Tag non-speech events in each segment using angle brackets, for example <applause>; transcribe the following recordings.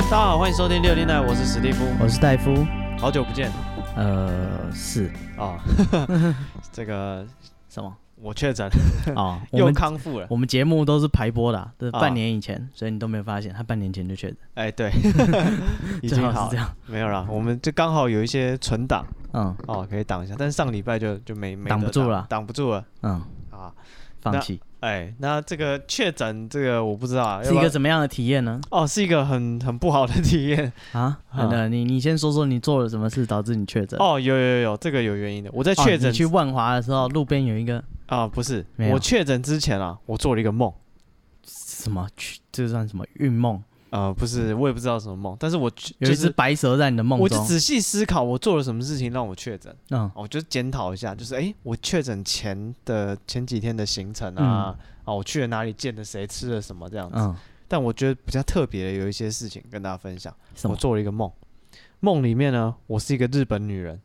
大家好，欢迎收听六零奈，我是史蒂夫，我是戴夫，好久不见呃，是啊、 <laughs> 这个什么？我确诊 <laughs> 哦，我又们康复了，我们节目都是排播的啊、这、啊是半年以前，所以你都没有发现，他半年前就确诊，哎， <laughs> 对，已正经好好是了，这样，没有啦，我们这刚好有一些存档嗯哦，可以挡一下，但是上礼拜就就没没挡得不住了挡不住了嗯，啊，放弃哎，那这个确诊这个我不知道啊，是一要不个然怎么样的体验呢？哦，是一个很很不好的体 <laughs> 验啊，啊那、你你先说说你做了什么事导致你确诊？哦，有有有，这个有原因的，我在哦，确诊你去万华的时候，路边有一个啊、不是，没有我确诊之前啊，我做了一个梦。什么去，这算什么运梦？呃，不是，我也不知道什么梦，但是我就嗯有就一是只白蛇在你的梦我就中，仔细思考，我做了什么事情让我确诊？嗯，哦我就检讨一下，就是诶，我确诊前的前几天的行程啊，啊，我去了哪里，见了谁，吃了什么这样子。嗯，但我觉得比较特别的有一些事情跟大家分享。什我么？做了一个梦，梦里面呢，我是一个日本女人，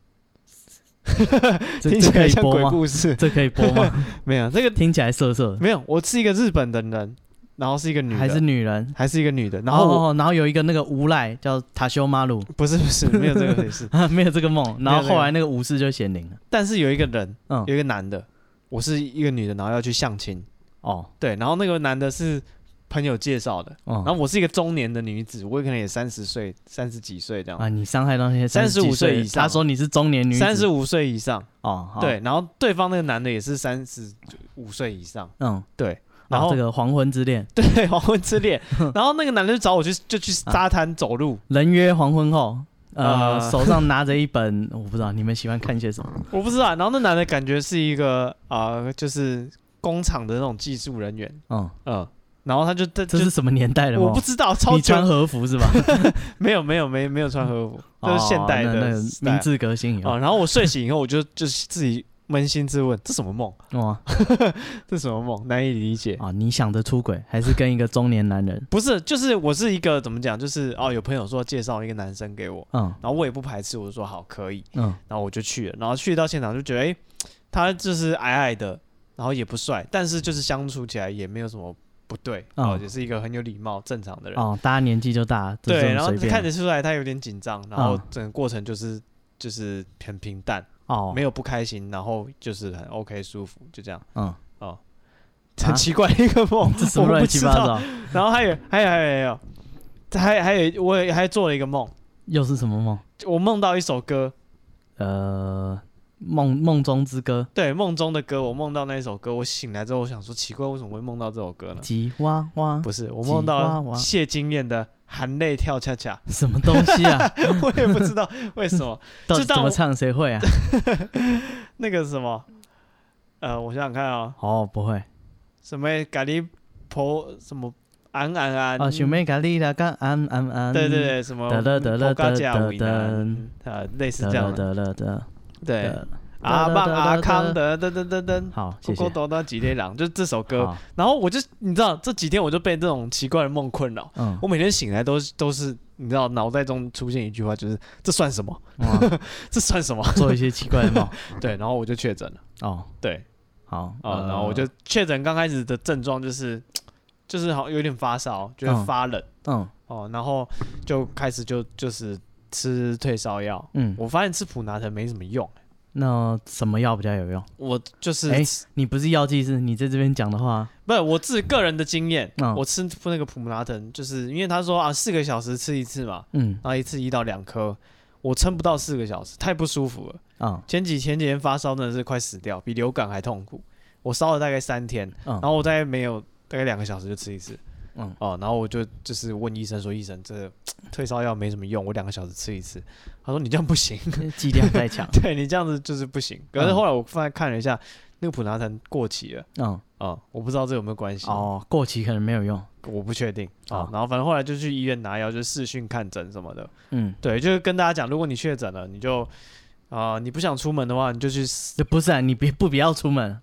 这听这起可来以像播鬼吗？故 <laughs> 事。这可以播 <laughs> 吗？没有，这个听起来涩涩的，没有，我是一个日本的人，然后是一个女人，还是女人？还是一个女的，然后我、哦、然后有一个那个无赖叫塔修马 <laughs> 鲁，，不是不是没有这个回事 <laughs> 啊，没有这个梦。没有然这后个后来那个武士就显灵了。但是有一个人，嗯，有一个男的，我是一个女的，然后要去相亲。哦，对，然后那个男的是朋友介绍的，哦，然后我是一个中年的女子，我可能也三十岁、三十几岁这啊，样，你伤害到那些35 35岁以的上他说你是中年女，三十，五岁以上，哦，好，对，然后对方那个男的也是三十五岁以上，嗯，对，然然后后这个啊黄昏之恋，对 <laughs> 黄昏之 <laughs> 恋，然后那个男的就找我去，就去沙滩走路，人约黄昏后，呃，呃手上拿着一本，我不知道你们喜欢看些什么，我不知道，然后那男的感觉是一个啊、呃就是工厂的那种技术人员， <laughs> 嗯，嗯，然后他就他这就是什么年代的我梦不？知道，超你久穿和服是 <laughs> 吧？没有没有没没有穿和服，就是现哦代那那的个时代明治革新以 <laughs> 啊，后，然后我睡醒以后，我就就是自己扪心自问，这什么梦？哇，这什么梦？难以理解。啊，你想着出轨，还是跟一个中年男人？不是，就是我是一个怎么讲，就是哦，有朋友说介绍一个男生给我，嗯然后我也不排斥，我就说好可以，嗯，然后我就去了，然后去到现场就觉得，哎，他就是矮矮的，然后也不帅，但是就是相处起来也没有什么不对，嗯哦，也是一个很有礼貌正常的人，哦，大家年纪就大了，就这对，么然后随便看得出来他有点紧张，然后嗯整个过程就是就是很平淡，哦，没有不开心，然后就是很 OK 舒服，就这样。嗯，很奇怪的一个梦，啊 <laughs> 这什我么乱不七知八道。糟？然后还有还有还有还有还有还有，我也还做了一个梦，又是什么梦？我梦到一首歌，呃，梦梦中之歌，对，梦中的歌，我梦到那一首歌，我醒来之后，我想说奇怪，为什么会梦到这首歌呢？吉娃娃，不是，我吉梦娃到娃谢金燕的《含泪跳恰恰什么东西 <laughs> 啊？》， <laughs> 我也不知道为什么到底知道怎我么唱谁会啊？那个什么，呃，我想想看啊、 <laughs> 哦，不会什么咖喱婆什么安安安啊，小妹咖喱啦，嘎安安安，嗯哦对对，对，什么得了得了高架得了舞得了啊，类似得这样了的，得了得对。得，阿啊得棒得阿得康得的噔噔噔噔，好，咕谢谢咕。咚咚几内郎，就是这首歌。好，然后我就你知道，这几天我就被这种奇怪的梦困扰。嗯，我每天醒来都是都是你知道，脑袋中出现一句话，就是这算什么？ <laughs> 哇这算什 <laughs> 么？做一些奇怪 <laughs> 的梦。对，然后我就确诊了。哦，对，好，啊、呃然后我就确诊刚开始的症状就是就是好像有点发烧，觉得嗯发冷嗯哦、然后就开始就就是吃退烧药。嗯，我发现吃普拿疼没什么用，那什么药比较有用？我就是哎吃你不是药剂师，你在这边讲的话，不是我自己个人的经验，嗯我吃那个普拿疼，就是因为他说啊，四个小时吃一次嘛，嗯然后一次一到两颗，我撑不到四个小时，太不舒服了。啊前几前几天发烧真的是快死掉，比流感还痛苦。我烧了大概三天，嗯然后我大概没有大概两个小时就吃一次，嗯哦，然后我就就是问医生说，医生这退烧药没什么用，我两个小时吃一次。他说你这样不行，。<laughs> 剂量太强对你这样子就是不行。可是嗯后来我翻看了一下，那个普拿疼过期了嗯，啊、我不知道这有没有关系，哦，过期可能没有用。我不确定啊、哦然后反正后来就去医院拿药，就是视讯看诊什么的。嗯，对，就是跟大家讲，如果你确诊了，你就啊、你不想出门的话，你就去死。就不是啊，你别不不要出 <laughs> 门，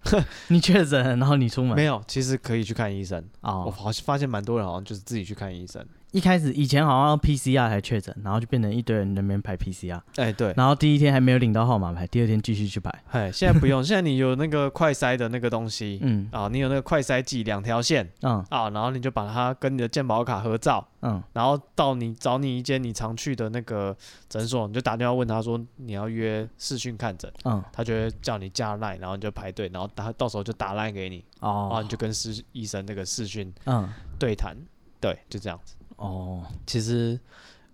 你确诊了然后你出门没有，其实可以去看医生。我哦。好像发现蛮多人好像就是自己去看医生。一开始以前好像要 PCR 才确诊，然后就变成一堆人在那边排 PCR，哎、对，然后第一天还没有领到号码牌，第二天继续去排。哎，现在不用，现在你有那个快筛的那个东西。嗯啊，你有那个快筛剂两条线嗯啊，然后你就把它跟你的健保卡合照，嗯然后到你找你一间你常去的那个诊所，你就打电话问他说你要约视讯看诊，嗯，他就会叫你加 line，然后你就排队，然后他到时候就打 line 给你，然后哦你就跟视医生那个视讯嗯对谈，对，就这样子。哦，其实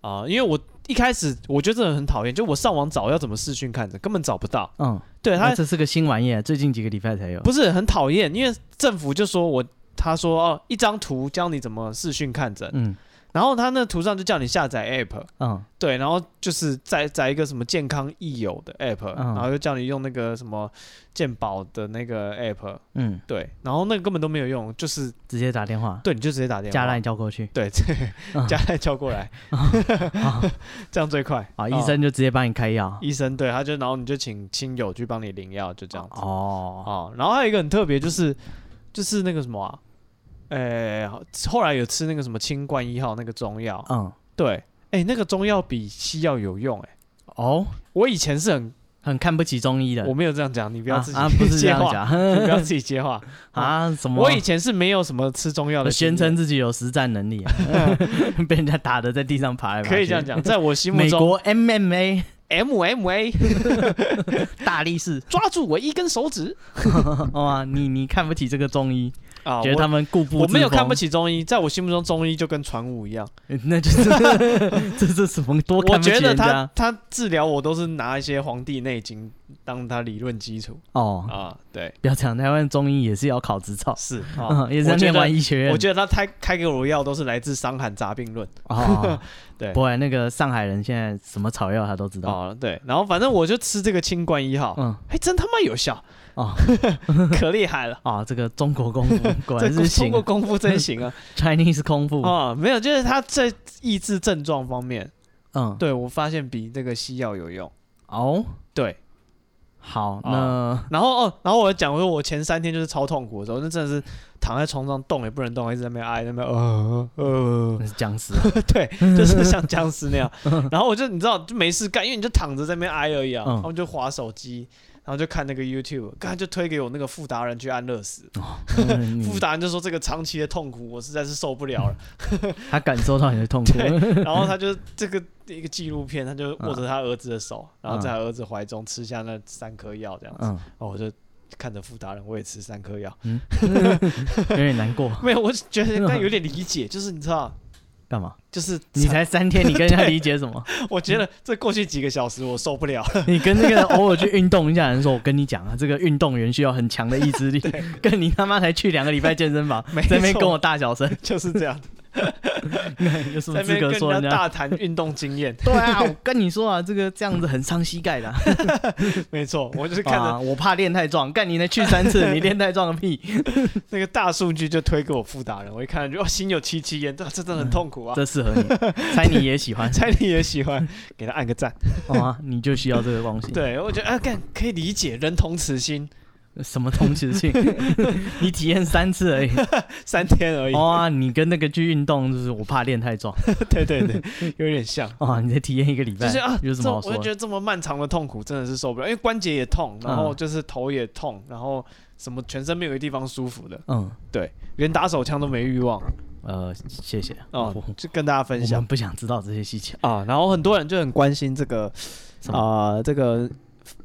啊、因为我一开始我觉得真的很讨厌，就我上网找要怎么视讯看诊，根本找不到。嗯，对他那这是个新玩意，最近几个礼拜才有。不是很讨厌，因为政府就说我，他说哦，一张图教你怎么视讯看诊，嗯然后他那图上就叫你下载 app，嗯对，然后就是载载一个什么健康益友的 app，、嗯然后又叫你用那个什么健保的那个 app，嗯，对，然后那个根本都没有用，就是直接打电话，对，你就直接打电话，加赖叫过 <laughs> 去。对，嗯加赖叫过来，啊这样最快啊，哦医生就直接帮你开药。医生对，他就然后你就请亲友去帮你领药，就这样子。哦，哦，然后还有一个很特别，就是就是那个什么、啊，呃、后来有吃那个什么清冠一号那个中药，嗯对，哎、那个中药比西药有用、哎，哦，我以前是很，很看不起中医的。我没有这样讲，你不要自己、啊啊，不是这接样话， <laughs> 讲你 <laughs> 不要自己接话。啊，什么？我以前是没有什么吃中药的经宣验，称自己有实战 <laughs> 能力、啊， <laughs> 被人家打的在地上爬来爬去可以这样。讲，在我心目美中国 MMA ，MMA 大 <laughs> 力士，抓住我一根手指哇，你你看不起这个中医，啊，觉得我他们固步我没有看不起，起中医，在我心目中中医就跟传武一样。 <laughs> 那就是 <laughs> 这是什么多我看不起觉得人他家他治疗我都是拿一些《黄帝内经》当他理论基础哦。啊，对，不要讲台湾中医也是要考执照， <laughs> 是啊嗯，，也是要我觉念完得医学院。我觉得他开开给我的药都是来自《伤寒杂病论》哦， <laughs> 对不然那个上海人现在什么草药他都知道。啊，对，然后反正我就吃这个清冠一号，嗯，还真他妈有效，哦可厉害了。啊，这个中国功夫 <laughs> 果 <laughs> 这然是通行啊嗯过功夫真 <laughs> 行啊！ ，Chinese 功夫。啊，没有，就是他在抑制症状方面，嗯，对我发现比这个西药有用。哦，对，好，哦那然后哦，然后我讲说，我前三天就是超痛苦的时候，那真的是躺在床上动也不能动，一直在那边哀，在那边呃呃， <laughs> 那是僵尸。对，就是像僵尸 <laughs> 那样。然后我就你知道就没事干，因为你就躺着在那边哀而已啊，嗯然后就划手机，然后就看那个 YouTube，刚才就推给我那个富达人去安乐死，<laughs> 嗯富你达人就说这个长期的痛苦我实在是受不了了， <laughs> 他感受到你的痛苦。然后他就这个一个纪录片，他就握着嗯他儿子的手，然后在他儿子怀中吃下那三颗药这样子，嗯，然后我就看着富达人，我也吃三颗药。有点难过。 <laughs> 没有，我是觉得但有点理 <laughs> 解，就是你知道，干嘛？就是你才三天，你跟人家理解什么？ <laughs> 我觉得这过去几个小时我受不 <laughs> 了了，你跟那个偶尔去运动一下的人说，我跟你讲啊，这个运动员需要很强的意志力。 <laughs> 跟你他妈才去两个礼拜健身房，没在那边错跟我大小声， <laughs> 就是这样，有什么在那资边格跟说人人家家？，大谈运动经验 <laughs> 对啊，我跟你说啊，这个这样子很伤膝盖的啊。 <laughs> 没错，我就是看啊、着我怕练太壮，干你能去三次，你练太壮个屁！那个大数据就推给我富达人，我一看就哦心有戚戚焉，这这真的很痛苦啊，这适合你，猜你也喜 <laughs> 欢，猜你也喜欢， <laughs> 给他按个赞，好吗？你就需要这个东西。，对我觉得啊，干可以理解，人同此心，什么同时性？ <laughs> 你体验三次而已。三天而已哇、，你跟那个去运动，就是我怕练太壮。 <laughs> 对对对，有点像。哇、你才体验一个礼拜，就是啊，有什这么好我就说觉得的？这么漫长的痛苦真的是受不了，因为关节也痛，然后嗯就是头也痛，然后什么全身没有一个地方舒服的，嗯，连打手枪都没欲望呃，谢谢。哦我，就跟大家我分享们不想知道这些细节。啊。然后很多人就很关心这个什么啊、这个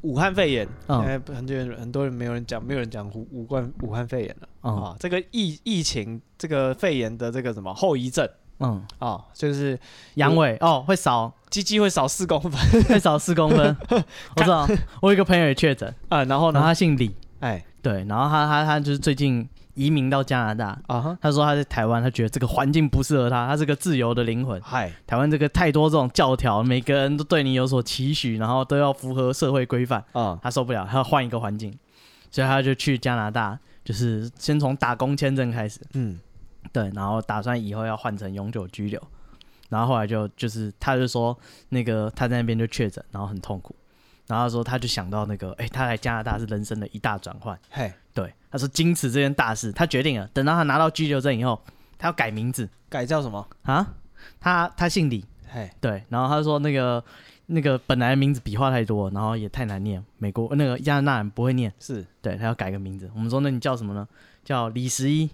武汉肺炎，嗯现在很多人很多人没有人讲，没有人讲武武冠武汉肺炎了、嗯啊。这个疫疫情，这个肺炎的这个什么后遗症嗯，啊，就是阳痿哦，会少鸡鸡会少四公分 <laughs> 会少四公分。我知道，我有一个朋友也确诊，啊，然后然后呢，他姓李，哎，对，然后他他他就是最近移民到加拿大，啊哈，他说他在台湾，他觉得这个环境不适合他，他是个自由的灵魂。嗨，台湾这个太多这种教条，每个人都对你有所期许，然后都要符合社会规范，啊他受不了，他要换一个环境，所以他就去加拿大，就是先从打工签证开始，嗯，对，然后打算以后要换成永久居留，然后后来就就是他就说那个他在那边就确诊，然后很痛苦，然后他说他就想到那个，哎、他来加拿大是人生的一大转换，嘿，对，他说经此这件大事，他决定了，等到他拿到居留证以后，他要改名字改叫什么？啊，他他姓李， <laughs> 嘿，对，然后他说那个那个本来名字笔画太多，然后也太难念，美国呃那个亚纳人不会念，是对他要改个名字，我们说那你叫什么呢？叫李十一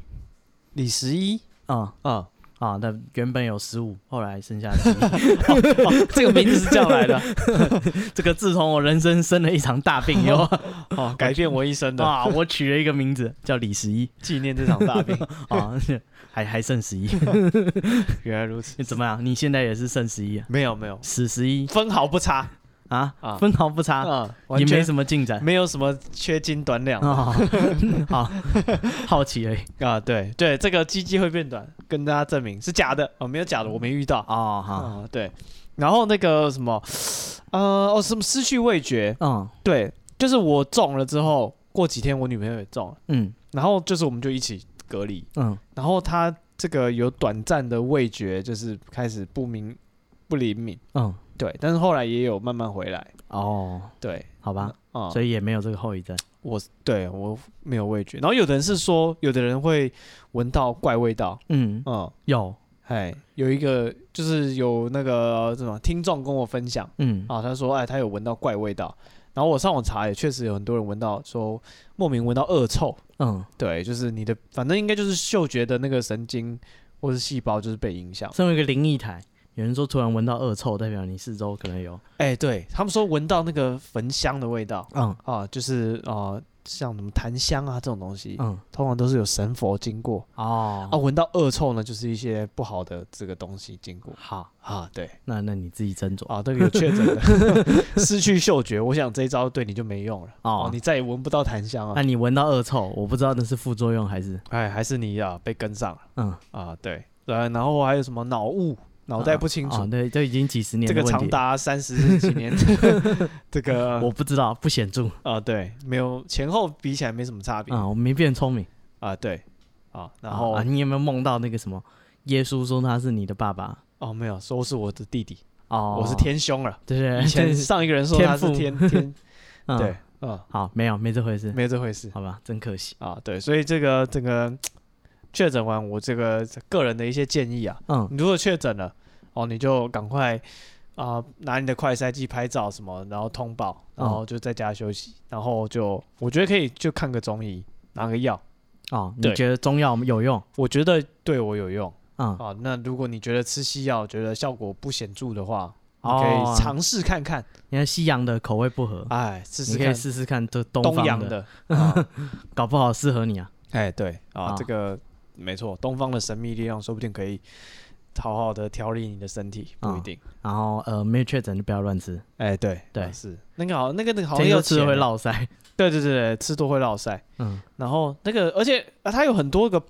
李十一啊啊，啊，那原本有十五，后来剩下11 <laughs> 哦这个名字是叫来的， <laughs> 这个自从我人生生了一场大病以后 <laughs> 哦，改变我一生 <laughs> 的，啊，我取了一个名字叫李十一纪念这场大病。啊， <laughs> 还还剩十一， <laughs> <laughs> 原来如此，怎么样？你现在也是剩十一啊？没有没有，死十一分毫不差啊啊，分毫不差，啊，也完没全什么进展没有什么缺斤短两啊。 <laughs> 好，好奇而已啊。对对，这个鸡鸡会变短，跟大家证明是假的哦，没有假的，我没遇到哦，好，啊。对，然后那个什么，呃，哦，什么失去味觉，嗯对，就是我中了之后，过几天我女朋友也中了，嗯然后就是我们就一起隔离，嗯然后她这个有短暂的味觉，就是开始不明不灵敏，嗯，对，但是后来也有慢慢回来，哦，对，好吧，啊、所以也没有这个后遗症我对我没有味觉，然后有的人是说，有的人会闻到怪味道，嗯，嗯，有，哎，有一个就是有那个什么听众跟我分享嗯啊，他说哎，他有闻到怪味道，然后我上网查也确实有很多人闻到说莫名闻到恶臭，嗯，对，就是你的，反正应该就是嗅觉的那个神经或是细胞就是被影响。身为一个灵异台，有人说突然闻到恶臭，代表你四周可能有，哎，对他们说闻到那个焚香的味道嗯啊，就是啊、呃像什么檀香啊这种东西，嗯，通常都是有神佛经过。哦啊，，闻到恶臭呢，就是一些不好的这个东西经过好，啊，对那那你自己斟酌啊，这个有确诊 <laughs> 的，失去嗅觉，我想这一招对你就没用了哦哦，哎你再也闻不到檀香那啊，你闻到恶臭，我不知道那是副作用还是哎，还是你啊被跟上了嗯啊，对，呃，然后还有什么脑雾，脑袋不清哦楚，对，都已经几十年这的个问长题，达三十几 <laughs> 年，这个我不知道，不显著啊，对，没有前后比起来没什么差别啊，我没变聪明。啊，对啊，然啊后啊，你有没有梦到那个什么？耶稣说他是你的爸爸哦没有，说是我的弟弟，哦，我是天兄了，对，对以对，前对哎上一个人说天他是赋天天，嗯对，嗯，好，没有没这回事，没这回事。好吧，真可惜。啊，对，所以这个这个确诊完，我这个个人的一些建议啊，嗯你如果确诊了，哦，你就赶快啊、拿你的快筛剂拍照什么，然后通报，然后就在家休息，然后就我觉得可以就看个中医，拿个药，哦，你对觉得中药有用？我觉得对我有用嗯，啊。那如果你觉得吃西药觉得效果不显著的话，你可哦以尝试看看，你看西洋的口味不合，哎，试哦你试可以看试试看这东东洋方， <laughs> 哦的，啊搞不好适合你啊。哎，对啊，啊这个没错，东方的神秘力量说不定可以好好的调理你的身体，不一啊定。然后呃，没有确诊就不要乱吃，哎，对对啊是那个好，那个那个好这像样要吃会落，落腮。对对对对，吃多会落腮。嗯然后那个，而且啊它有很多个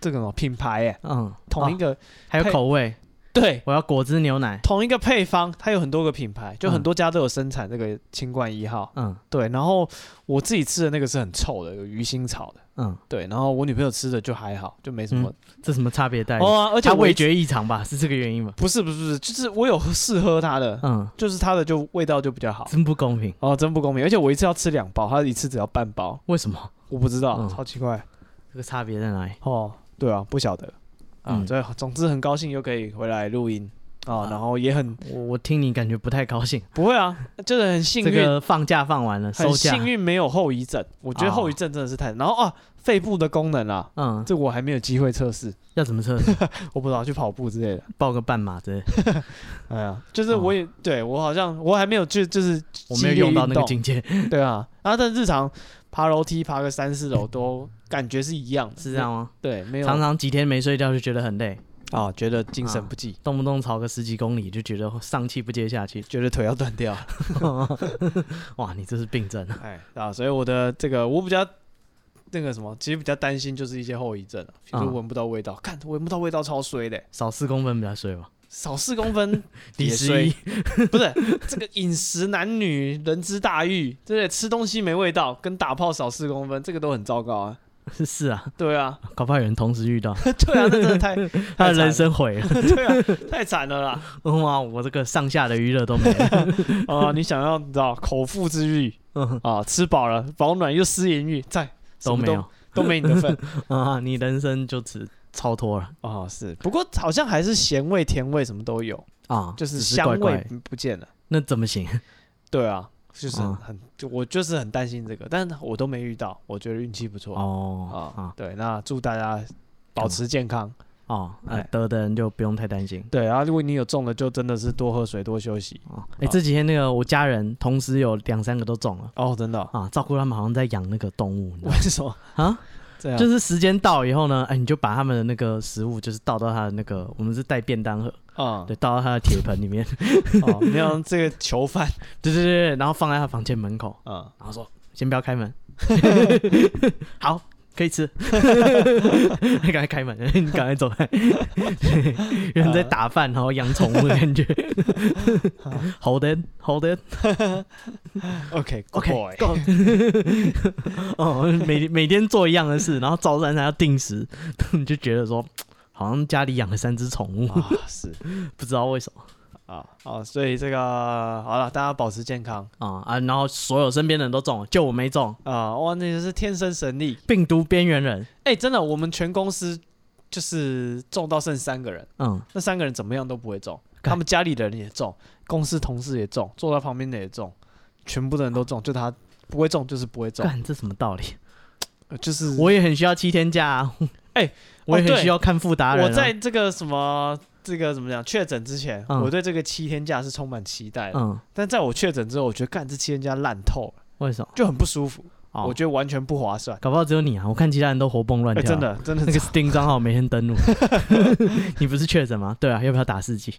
这个什么品牌，哎，嗯，同一哦个还有配口味，对我要果汁牛奶。同一个配方，它有很多个品牌，就很嗯多家都有生产这个清冠一号。嗯对，然后我自己吃的那个是很臭的，有鱼腥草的。嗯，对，然后我女朋友吃的就还好，就没什么。这什么差别待遇？哦啊，而且他我味一直觉异常吧？是这个原因吧？不是不是不是，就是我有试喝它的，嗯，就是它的就味道就比较好。真不公平，哦，真不公平！而且我一次要吃两包，它一次只要半包，为什么？我不知道，嗯超奇怪。这个差别在哪里？哦，对啊，不晓得啊。嗯所以总之很高兴又可以回来录音啊，啊然后也很我我听你感觉不太高兴。不会啊，就是很幸这运，个放假放完了，很收假。幸运没有后遗症。我觉得哦后遗症真的是太……然后啊，肺部的功能啊，嗯，这我还没有机会测试，要怎么测试？我不知道去跑步之类的。报个半 <laughs> 马之类的。哎呀，就是我也、对我好像我还没有就就是我没有用到激烈运那个动境界，对啊，然后但日常爬楼梯爬个三四 <laughs> 楼都感觉是一样的，是这样吗？对， <laughs> 没有常常几天没睡觉就觉得很累，啊，觉得精神不济，。动不动跑个十几公里就觉得上气不接下气 <laughs> 觉得腿要断掉。 <laughs> 哇，你这是病症啊！哎啊，所以我的这个我比较那个什么，其实比较担心就是一些后遗症啊，比如说嗯闻不到味道，看闻不到味道超衰的、少四公分比较衰吧，少四公 <laughs> 分第也十衰一，不是这个饮食男女人之大欲，对不对？吃东西没味道，跟打炮少四公分，这个都很糟糕啊。 <laughs> 是啊，对啊，搞不好有人同时遇 <laughs> 到，对啊，那真的太 <laughs> 他太的惨了人生毁了。对啊，太惨了啦。 <laughs> 哇，我这个上下的娱乐都没 <laughs> 了。啊、你想要你知道口腹之欲嗯啊、吃饱了保暖又私淫欲，在什都么没有都没你的份啊！你人生就只超脱了哦，是。不过好像还是咸味、甜味什么都有，啊，就是只香味怪怪不不见了。那怎么行？对啊，就是很嗯很，就我就是很担心这个，但我都没遇到，我觉得运气不错啊、哦啊对，那祝大家保持健康。哦，呃哎得的人就不用太担心。对，然、后如果你有中了，就真的是多喝水、多休息。哦，哎，这几天那个我家人同时有两三个都中了哦，真的哦、 <laughs> 啊，照顾他们好像在养那个动物，你知道为吗什么 <laughs> 啊？这样？就是时间到以后呢，哎，你就把他们的那个食物就是倒到他的那个，我们是带便当盒，啊、对，倒到他的铁盆里面， <laughs> 哦，没有这个囚犯对对对对，然后放在他房间门口，啊、然后说先不要开 <laughs> 门，好，可以吃， <laughs> 你赶快开门， <laughs> 你赶快走开，有人在打饭，然后养宠物的感觉， <laughs> 好的好的 o k o k ，OK go，哦， <laughs> 每每天做一样的事，然后早餐还要定时， <laughs> 你就觉得说。好像家里养了三只宠 <laughs> 物，<laughs> 啊，是不知道为什么啊，哦，所以这个好了，大家保持健康啊啊！然后所有身边的人都中了，就我没中，啊，哇，那就是天生神力，病毒边缘人。哎、真的，我们全公司就是中到剩三个人，嗯，那三个人怎么样都不会中，干他们家里的人也中，公司同事也中，坐在旁边的也中，全部的人都中，就他不会中就是不会中，干这什么道理？呃就是我也很需要七天假啊！ <laughs> 哎我也哦很对需要看富达人、啊我在这个什么。这个怎么讲？确诊之前，嗯我对这个七天假是充满期待的。嗯，但在我确诊之后，我觉得干这七天假烂透了，为什么？就很不舒服。哦我觉得完全不划算。搞不好只有你啊！我看其他人都活蹦乱哎、跳、啊真。的，真的那个 Steam 账号每天登录， <laughs> 你不是确诊吗？对啊，要不要打四剂？ <laughs>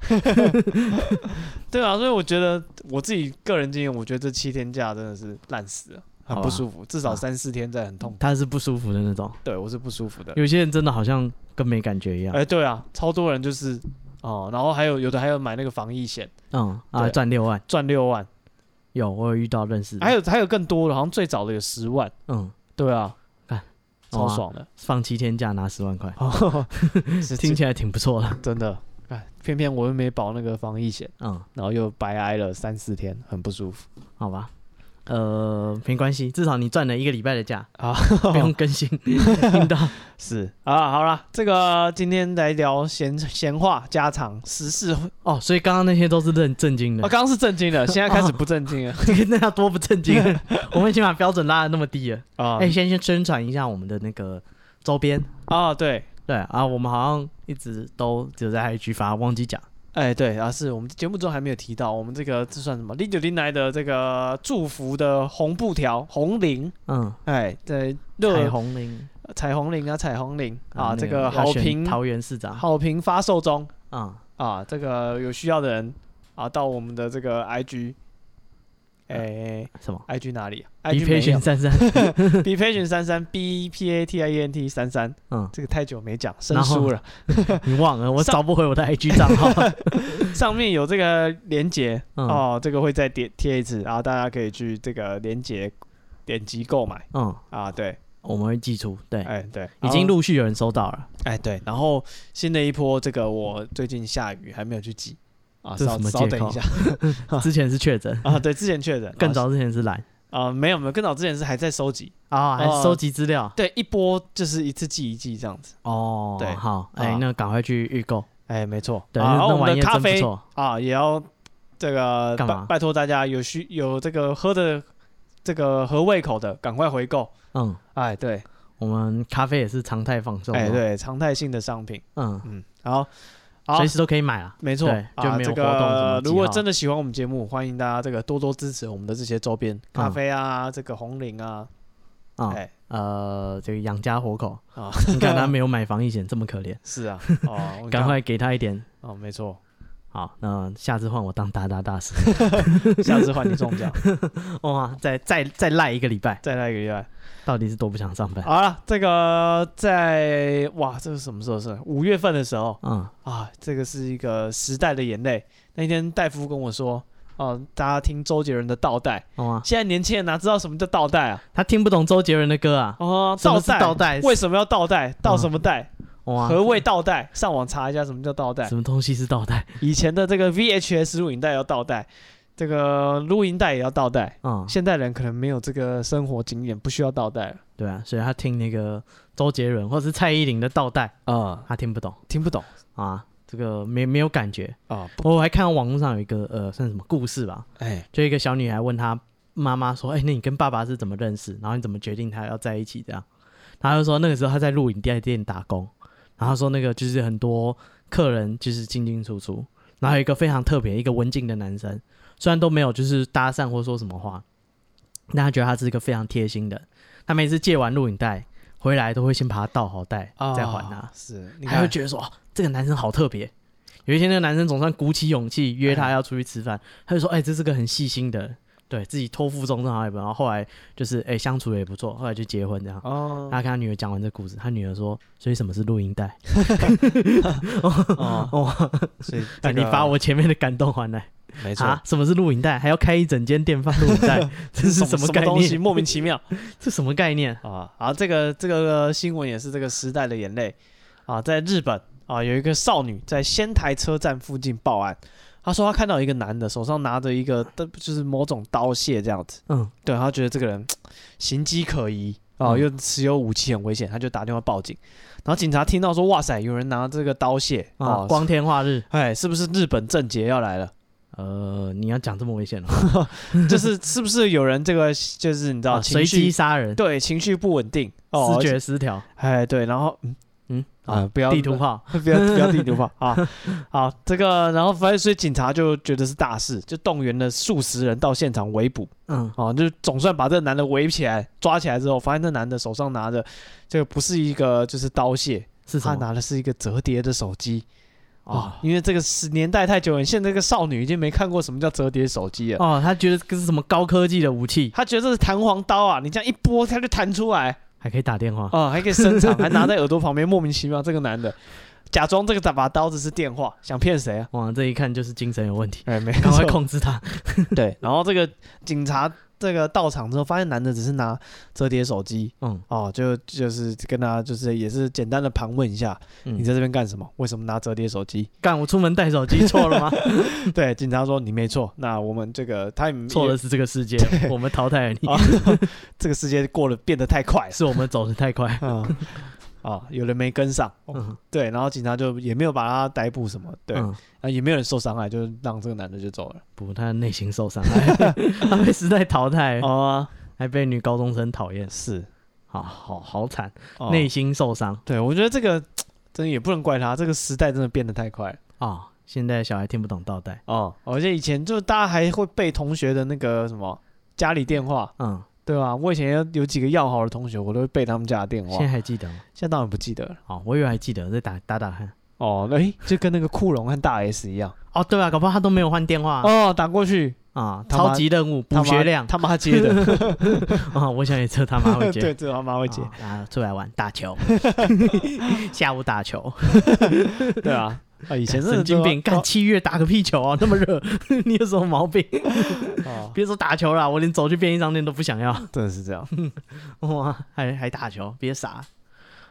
对啊，所以我觉得我自己个人经验，我觉得这七天假真的是烂死了，很好不吧舒服，至少啊三四天在很痛苦。他是不舒服的那种，对我是不舒服的。有些人真的好像跟没感觉一样哎、。对啊，超多人就是哦，然后还有有的还有买那个防疫险，嗯对啊，赚六万，赚六万，有我有遇到认识的，还有还有更多的，好像最早的有十万。嗯，对啊干，超哇爽的，放七天假拿十万块，是 <laughs> 听真起来挺不错的。真的。哎，偏偏我又没保那个防疫险，嗯，然后又白挨了三四天，很不舒服好吧，呃，没关系，至少你赚了一个礼拜的假，啊。 <laughs> 不用 <laughs> 更新，听到是啊，好啦，这个今天来聊闲闲话家常时事。我哦。所以刚刚那些都是认震惊的。刚刚是震惊的，现在开始不震惊了这个 <laughs> 那要多不正经！ <laughs> 我们已经把标准拉的那么低了。啊 <laughs> 哎、先先宣传一下我们的那个周边。啊！对，对啊，我们好像一直都只有在 IG 发，忘记讲。哎对啊，是我们节目中还没有提到，我们这个这算什么？零九零来的这个祝福的红布条、红绫，嗯，哎，对，彩热虹铃彩虹绫啊，彩虹绫啊，那这个嗯要好选评桃园市长啊、好评发售中嗯啊，这个有需要的人啊，到我们的这个 IG，哎什么，IG 哪里啊？B ？IG 没有 patient <laughs> 三三， <laughs> B patient 三三 B P A T I E N T 三三，嗯，这个太久没讲，生然后疏了。 <laughs> 你忘了，我上找不回我的 IG 账号。 <laughs> 上面有这个连接、嗯哦，这个会再贴贴一次，然后大家可以去这个连接点击购买嗯，啊。对，我们会寄出。对，哎对，已经然后陆续有人收到了。哎对，然后新的一波这个我最近下雨还没有去寄啊，这稍什么稍借等口一下 <laughs> 之前是确诊，啊。对，之前确诊更啊早之前是懒啊，没有没有，更早之前是还在收集，啊，还哦收集资料。对，一波就是一次寄一寄这样子。哦，对好，哎、啊那赶快去预购。哎，没错，对，啊、然那后那我玩们意的儿咖真不啡错。啊，也要这个干拜嘛拜托大家有需有这个喝的这个合胃口的，赶快回购。嗯，哎，对，我们咖啡也是常态放送，哎，，对，常态性的商品，嗯，嗯，好，好随，时都可以买啊。没错对，就啊，没有这活动什个么如果记号真的喜欢我们节目，欢迎大家这个多多支持我们的这些周边，咖啡啊，这个红领啊，嗯啊、哎，呃，这个养家活口啊，你看他没有买防疫险，这么可怜， <laughs> <laughs> 是啊，哦，我赶看快给他一点。哦，没错，好，那下次换我当达达 <laughs> 大师。下次换你中 <laughs> 奖，哇，再再再赖一个礼拜，再来一个月拜。到底是多不想上 <laughs> 班？好了，这个在哇，这是什么时候的事？五月份的时候嗯，啊，这个是一个时代的眼泪。那天戴夫跟我说，哦、大家听周杰伦的倒带，好吗？现在年轻人哪知道什么叫倒带啊？他听不懂周杰伦的歌啊，哦，什么倒是带，倒带为什么要倒带？倒什么带？哇，何谓倒带？上网查一下什么叫倒带什。么东西是倒带？以前的这个 VHS 录影带要倒带，这个录音带也要倒带。嗯，现代人可能没有这个生活经验，不需要倒带了对啊，所以他听那个周杰伦或是蔡依林的倒带，啊、他听不懂听不懂啊，这个没没有感觉。啊，不，我还看到网络上有一个呃，算什么故事吧，哎，就一个小女孩问她妈妈说：“哎、那你跟爸爸是怎么认识？然后你怎么决定他要在一起？”这样，然后她就说那个时候她在录影店店打工，然后她说那个就是很多客人就是进进出出，然后有一个非常特别一个文静的男生，虽然都没有就是搭讪或说什么话，但她觉得他是一个非常贴心的人。他每次借完录影带回来都会先把它倒好袋、啊再还他，是，你还会看，觉得说、哦这个男生好特别。有一天，那个男生总算鼓起勇气约他要出去吃饭，嗯他就说：“哎、这是个很细心的人，对自己托付终身好也不。”然后后来就是哎、相处的也不错，后来就结婚这样。哦，他跟他女儿讲完这故事，他女儿说：“所以什么是录音带？ <laughs> 哦，哦，所以 <laughs> 哎你把我前面的感动还来没 <laughs> 啊！什么是录音带？还要开一整间店贩录影带，这是什么什概东西？念？莫名其妙这什么概念？ <laughs> 啊！好，这个这个新闻也是这个时代的眼泪啊，在日本啊，有一个少女在仙台车站附近报案，她说她看到一个男的手上拿着一个，就是某种刀械这样子，嗯对，他觉得这个人行迹可疑啊、嗯又持有武器很危险，他就打电话报警。然后警察听到说，哇塞，有人拿这个刀械啊，哦光天化日，哎，是不是日本政劫要来了？呃，你要讲这么危险了、 <laughs> 就是是不是有人这个就是你知道啊？随情机绪杀人，对情绪不稳定哦，视而且觉失调，哎对，然后 <laughs> 嗯嗯啊不要地图炮，不要不要地图炮啊！好，这个然后反正所以警察就觉得是大事，就动员了数十人到现场围捕。嗯，哦，就总算把这个男的围起来，抓起来之后，发现那男的手上拿着这个不是一个就是刀械，是什他么？拿的是一个折叠的手机哦哦，因为这个十年代太久远，现在这个少女已经没看过什么叫折叠手机了。哦，他觉得这是什么高科技的武器，她觉得这是弹簧刀啊，你这样一拨，它就弹出来还可以打电话。哦，还可以伸长，还拿在耳朵旁边，莫名其妙。这个男的 <laughs> 假装这个打把刀子是电话，想骗谁啊？哇，这一看就是精神有问题，哎，没赶快错控制他。对。然后这个警察这个到场之后，发现男的只是拿折叠手机，嗯，哦，就就是跟他就是也是简单的盘问一下，你你这在这边干什么？为什么拿折叠手 <laughs> 机？干我出门带手机 <laughs> 错了吗？对，警察说你没错，那我们这个他也错的，是这个世界，我们淘汰了你，啊这个世界过得变得太快了， <laughs> 是我们走的太快。嗯，啊，有人没跟上，哦嗯，对，然后警察就也没有把他逮捕什么，对，嗯啊也没有人受伤害，就是让这个男的就走了。不，他的内心受伤害， <laughs> 他被时代淘汰，哦，还被女高中生讨厌，是好好好惨，哦内心受伤对我觉得这个真的也不能怪他，这个时代真的变得太快了。啊！现在小孩听不懂倒带，哦，而且以前就大家还会背同学的那个什么家里电话，嗯，对吧、我以前有有几个要好的同学，我都会背他们家的电话现在，还记得吗？现在当然不记得了。哦，我以为还记得，再打打打看。哦，哎、就跟那个库龙和大 S 一样，哦，对啊，搞不好他都没有换电话哦，打过去，啊！他妈超级任务他妈补学量他妈接的，啊！我想也这 <laughs> 他妈会 <laughs> 接。对，这他妈会接，啊，然后出来玩打 <laughs> 球，下午打球，对啊，啊，以前真的神经都病，干哦七月打个屁球啊，那么热， <laughs> 你有什么毛病？哦，别说打球啦，我连走去便利商店都不想要， <laughs> 真的是这样，哇，还还打球，别傻。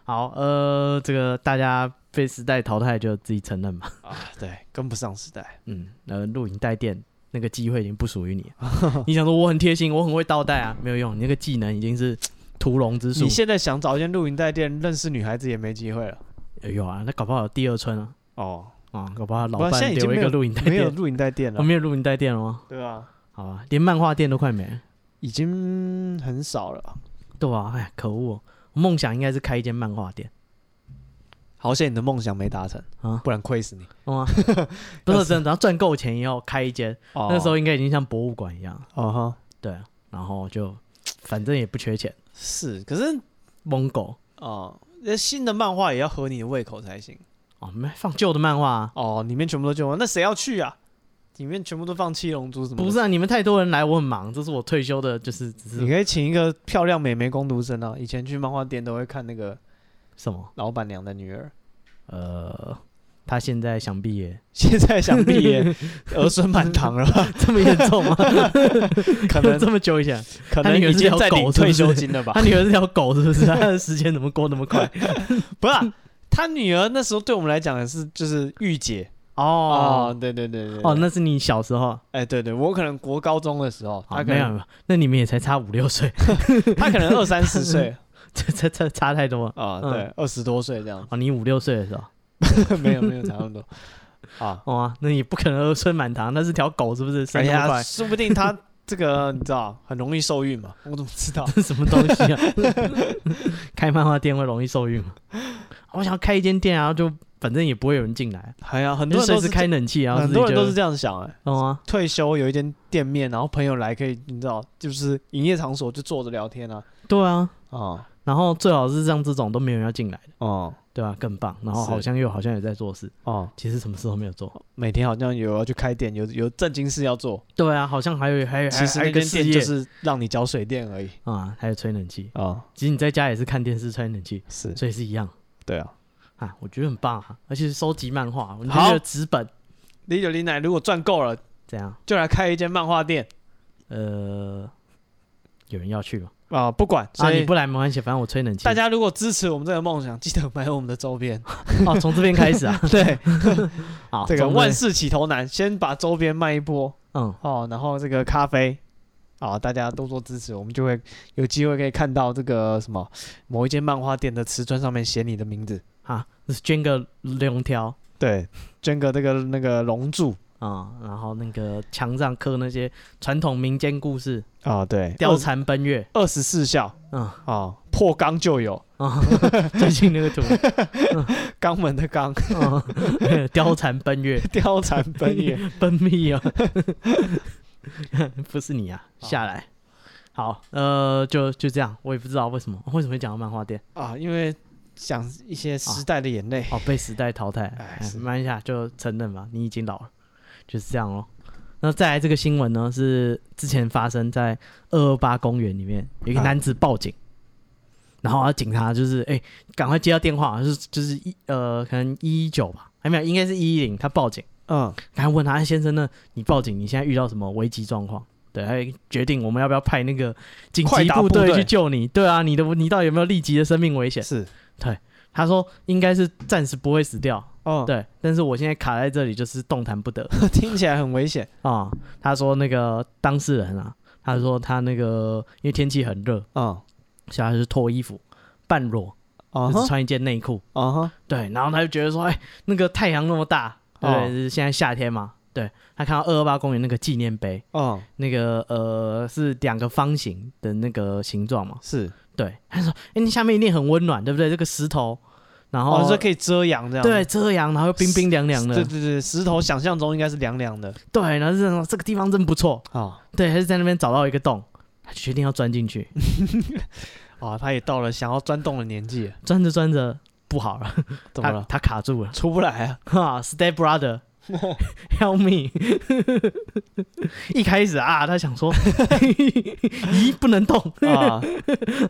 好，呃，这个大家被时代淘汰就自己承认吧。对，跟不上时代，嗯，呃，录影带店那个机会已经不属于你 <laughs> 了，你想说我很贴心，我很会倒带啊，没有用，你那个技能已经是屠龙之术你。现在想找一间录影带店认识女孩子也没机会了，哎呦啊，那搞不好有第二春啊，哦，啊，搞不好老不然现在伴已经留一没有个录影带没有店，录影带店我了，没有录影带店了吗？对啊，好吧，连漫画店都快没了，已经很少了，对吧、哎，可恶哦、我梦想应该是开一间漫画店好险你的梦想没达成，啊，不然亏死你。<laughs> 懂吗？不是真的，然后赚够钱以后开一间，哦那时候应该已经像博物馆一样，哦哈。对啊，然后就反正也不缺钱，是，可是蒙狗哦，那、新的漫画也要合你的胃口才行。哦，没放旧的漫画、啊，哦，里面全部都救完，那谁要去啊？里面全部都放七龙珠什么的？不是啊，你们太多人来，我很忙，这是我退休的，就是只你是可以请一个漂亮美眉攻读生啊！以前去漫画店都会看那个什么老板娘的女儿，呃，他现在想 <laughs> 毕业，现在想必 <laughs> 也儿孙满堂了，这么严重吗？可能 <laughs> 这么久以前，可他能女儿已是经条在狗领是不退休是金了吧 <laughs> 他？女儿是条狗是不是？他的时间怎么过那么快？不是啊、他女儿那时候对我们来讲也是就是御姐哦哦对对对对哦，对那是你小时候，哦哎对对，我可能国高中的时候，他可没有能没有，那你们也才差五六岁， <laughs> <laughs> 他可能二三十岁 <laughs> 这这这差太多了。啊，嗯对，二十多岁这 <laughs> 样哦，你五六岁的时候，子，没有没有差那么多 <laughs> 啊，哇、那也不可能儿孙满堂，那是条狗是不是？而生且那么他快， <laughs> 说不定他这个你知道很容易受孕嘛， <laughs> 我怎么知道？这什么东西啊？ <laughs> 开漫画店会容易 <laughs> 受孕吗？我想要开一间店，然后就反正也不会有人进来，哎呀，很很多人随都时是开这，冷气，然后很自己哦多人就都是这样想哎。懂吗？退休有一间店面，然后朋友来可以，你知道，就是营业场所就坐着聊天啊，对啊，啊、然后最好是像这种都没有人要进来的，哦对吧、更棒。然后是好像又好像也在做事，哦，其实什么事都没有做。每天好像有要去开店，有有正经事要做，对啊，好像还有还有其实还那有一个间事店业就是让你缴水电而已啊、还有吹冷气。啊、哦，其实你在家也是看电视吹冷气，是，所以是一样对啊。啊。我觉得很棒啊，而且是收集漫画，我觉好得纸本李九林奶如果赚够了，怎样？就来开一间漫画店呃，有人要去吗？啊、不管，啊，所你以不来没关系，反正我吹冷气。大家如果支持我们这个梦想，记得买我们的周 <laughs> 边。哦，从这边开 <laughs> 始啊。对，好，这个从万事起头难，先把周边卖一波嗯，哦，然后这个咖啡。啊，大家多多支持，我们就会有机会可以看到这个什么某一间漫画店的瓷砖上面写你的名字，啊，捐个龙条对，捐个这个那个龙柱啊、然后那个墙上刻那些传统民间故事，啊，对，貂蝉奔月，二十四孝嗯啊，破缸就有， <laughs> 啊， <laughs> 最近那个图，肛门的肛， <laughs> 啊 <laughs> 貂蝉奔月，貂蝉奔月。 <laughs> 奔蜜啊， <laughs> 不是你啊，哦好下来。好，呃，就就这样，我也不知道为什么，为什么会讲到漫画店？啊，因为讲一些时代的眼泪。哦，被时代淘汰了，哎哎，是没关系啊，就承认吧，你已经老了，就是这样咯。那再来这个新闻呢，是之前发生在二二八公园里面，有一个啊男子报警，然后啊，警察就是哎，赶、快接到电话，就是就是一呃，可能一一九吧，还没有，应该是一一零，他报警，嗯，赶快问他哎先生呢，你报警，你现在遇到什么危机状况？对，还决定我们要不要派那个紧快急打部队队去救你？对啊，你的你到底有没有立即的生命危险？是，他说应该是暂时不会死掉，哦，对，但是我现在卡在这里，就是动弹不得 <laughs> <laughs> 听起来很危险啊、他说那个当事人啊，他说他那个因为天气很热，啊所以他就是脱衣服，半裸，啊就是哈穿一件内裤。啊哈，对，然后他就觉得说，哎，那个太阳那么大，对不对，哦就是现在夏天嘛，对他看到二二八公园那个纪念碑，嗯，那个呃是两个方形的那个形状嘛，是，对，他说，哎，那下面一定很温暖，对不对？这个石头，然后、哦，说可以遮阳这样，对，遮阳，然后又冰冰凉凉的，对对对，石头想象中应该是凉凉的对，然后这种这个地方真不错，啊对，他就在那边找到一个洞，他决定要钻进去，啊，他也到了想要钻洞的年纪了，钻着钻着不好了，怎么他了？他卡住了，出不来啊，<laughs> 哈，Step <laughs> Brother，Help me！一开始啊，他想说， <laughs> 咦，不能动，啊，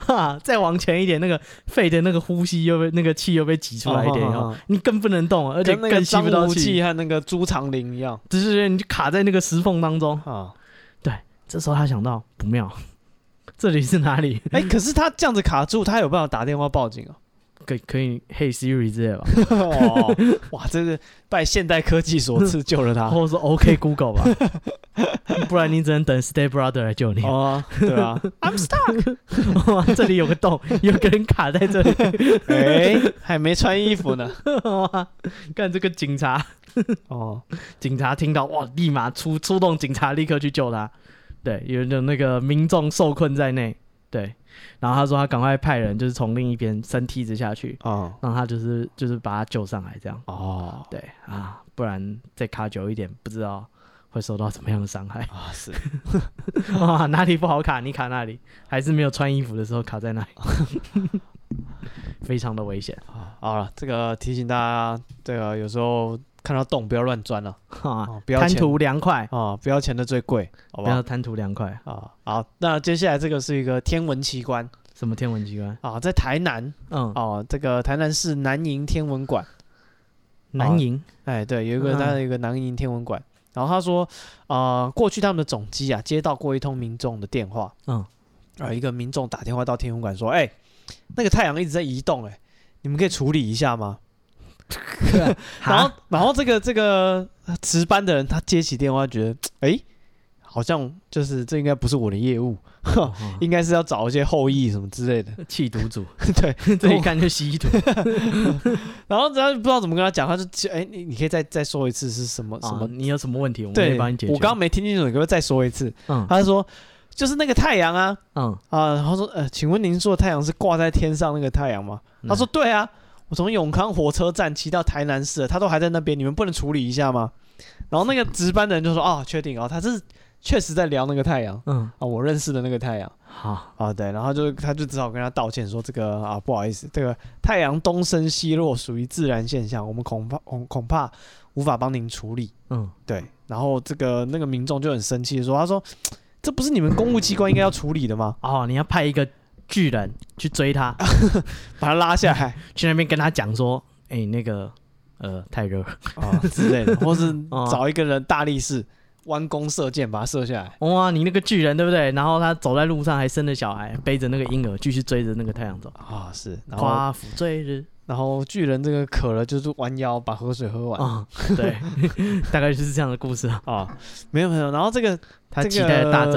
哈，再往前一点，那个肺的那个呼吸又被那个气又被挤出来一点，哦哦哦然后你更不能动，而且跟那个更吸张不到无气忌，和那个朱长林一样只是你就卡在那个石缝当中。啊。这时候他想到不妙，这里是哪里？哎，可是他这样子卡住，他有办法打电话报警啊？可以可以，Hey Siri 之类 <laughs> 的吧。哦，哇，这是拜现代科技所赐，救了他。或者说 OK Google 吧， <laughs> 不然你只能等 Stay Brother <laughs> 来救你。哦，对啊，这里有个洞，有个人卡在这里。 <laughs> 哎，还没穿衣服呢。哇看这个警察，哦，警察听到哇，立马出出动警察立刻去救他。对，有有那个民众受困在内。对，然后他说他赶快派人，就是从另一边伸梯子下去，哦，让他就是就是把他救上来这样。哦，对啊，不然再卡久一点，不知道会受到什么样的伤害。 <laughs> 啊是，啊，哪里不好卡，你卡哪里，还是没有穿衣服的时候卡在那里。 <laughs> 非常的危险。 <laughs> 啊好了，这个提醒大家，这个有时候看到洞不要乱钻了哈，啊，不要贪钱图凉快，啊，不要钱的最贵，好不不要好？贪图凉快。啊，好，那接下来这个是一个天文奇观什么天文机关？啊，在台南嗯，哦、这个台南市南营天文馆，南营 <laughs> 哎，对，有一个嗯他有一个南营天文馆，然后他说，啊，过去他们的总机啊接到过一通民众的电话，嗯，啊，一个民众打电话到天文馆说，哎、那个太阳一直在移动、哎，你们可以处理一下吗？然后哈，然后这个这个值班的人他接起电话，觉得哎、诶好像就是这应该不是我的业务，哼哦应该是要找一些后裔什么之类的。 <laughs> 弃毒 <laughs> 组，对，这一看就吸 <laughs> 毒。然后他就不知道怎么跟他讲，他就哎、你你可以再再说一次是什么什什么？么？你有什么问啊题，我们可对，以帮你解决。我刚刚没听清楚，你可不可以再说一次？嗯他就说就是那个太阳啊嗯，啊，然后说呃，请问您说的太阳是挂在天上那个太阳吗？他说对啊，我从永康火车站骑到台南市了，他都还在那边，你们不能处理一下吗？然后那个值班的人就说啊，确定啊，他是确实在聊那个太阳嗯，啊，我认识的那个太阳好，啊，对，然后就他就只好跟他道歉说这个啊不好意思，这个太阳东升西落属于自然现象，我们恐怕恐恐怕无法帮您处理。嗯，对，然后这个那个民众就很生气地说，他说这不是你们公务机关应该要处理的吗？哦，你要派一个巨人去追他，把他拉下来。 <laughs> 去那边跟他讲说，哎，那个，呃，太热了，啊之类的，或是哦找一个人大力士弯弓射箭把它射下来。哇，你那个巨人对不对？然后他走在路上还生了小孩，背着那个婴儿继续追着那个太阳走，啊，是，然后夸父追日然后巨人这个渴了就是弯腰把河水喝完啊啊，对， <laughs> 大概就是这样的故事啊。没有没有，然后这个他这期待个了大政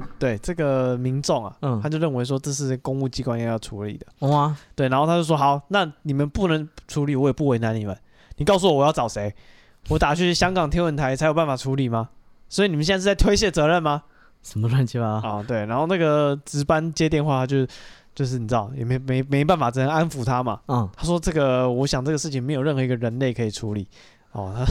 府，对这个民众啊，嗯他就认为说这是公务机关要处理的，哇，对，然后他就说好，那你们不能处理，我也不为难你们，你告诉我我要找谁，我打去香港天文台才有办法处理吗？所以你们现在是在推卸责任吗？什么乱七八糟，啊，对，然后那个值班接电话就就是你知道也没没没办法，只能安抚他嘛。嗯，他说这个，我想这个事情没有任何一个人类可以处理。哦，他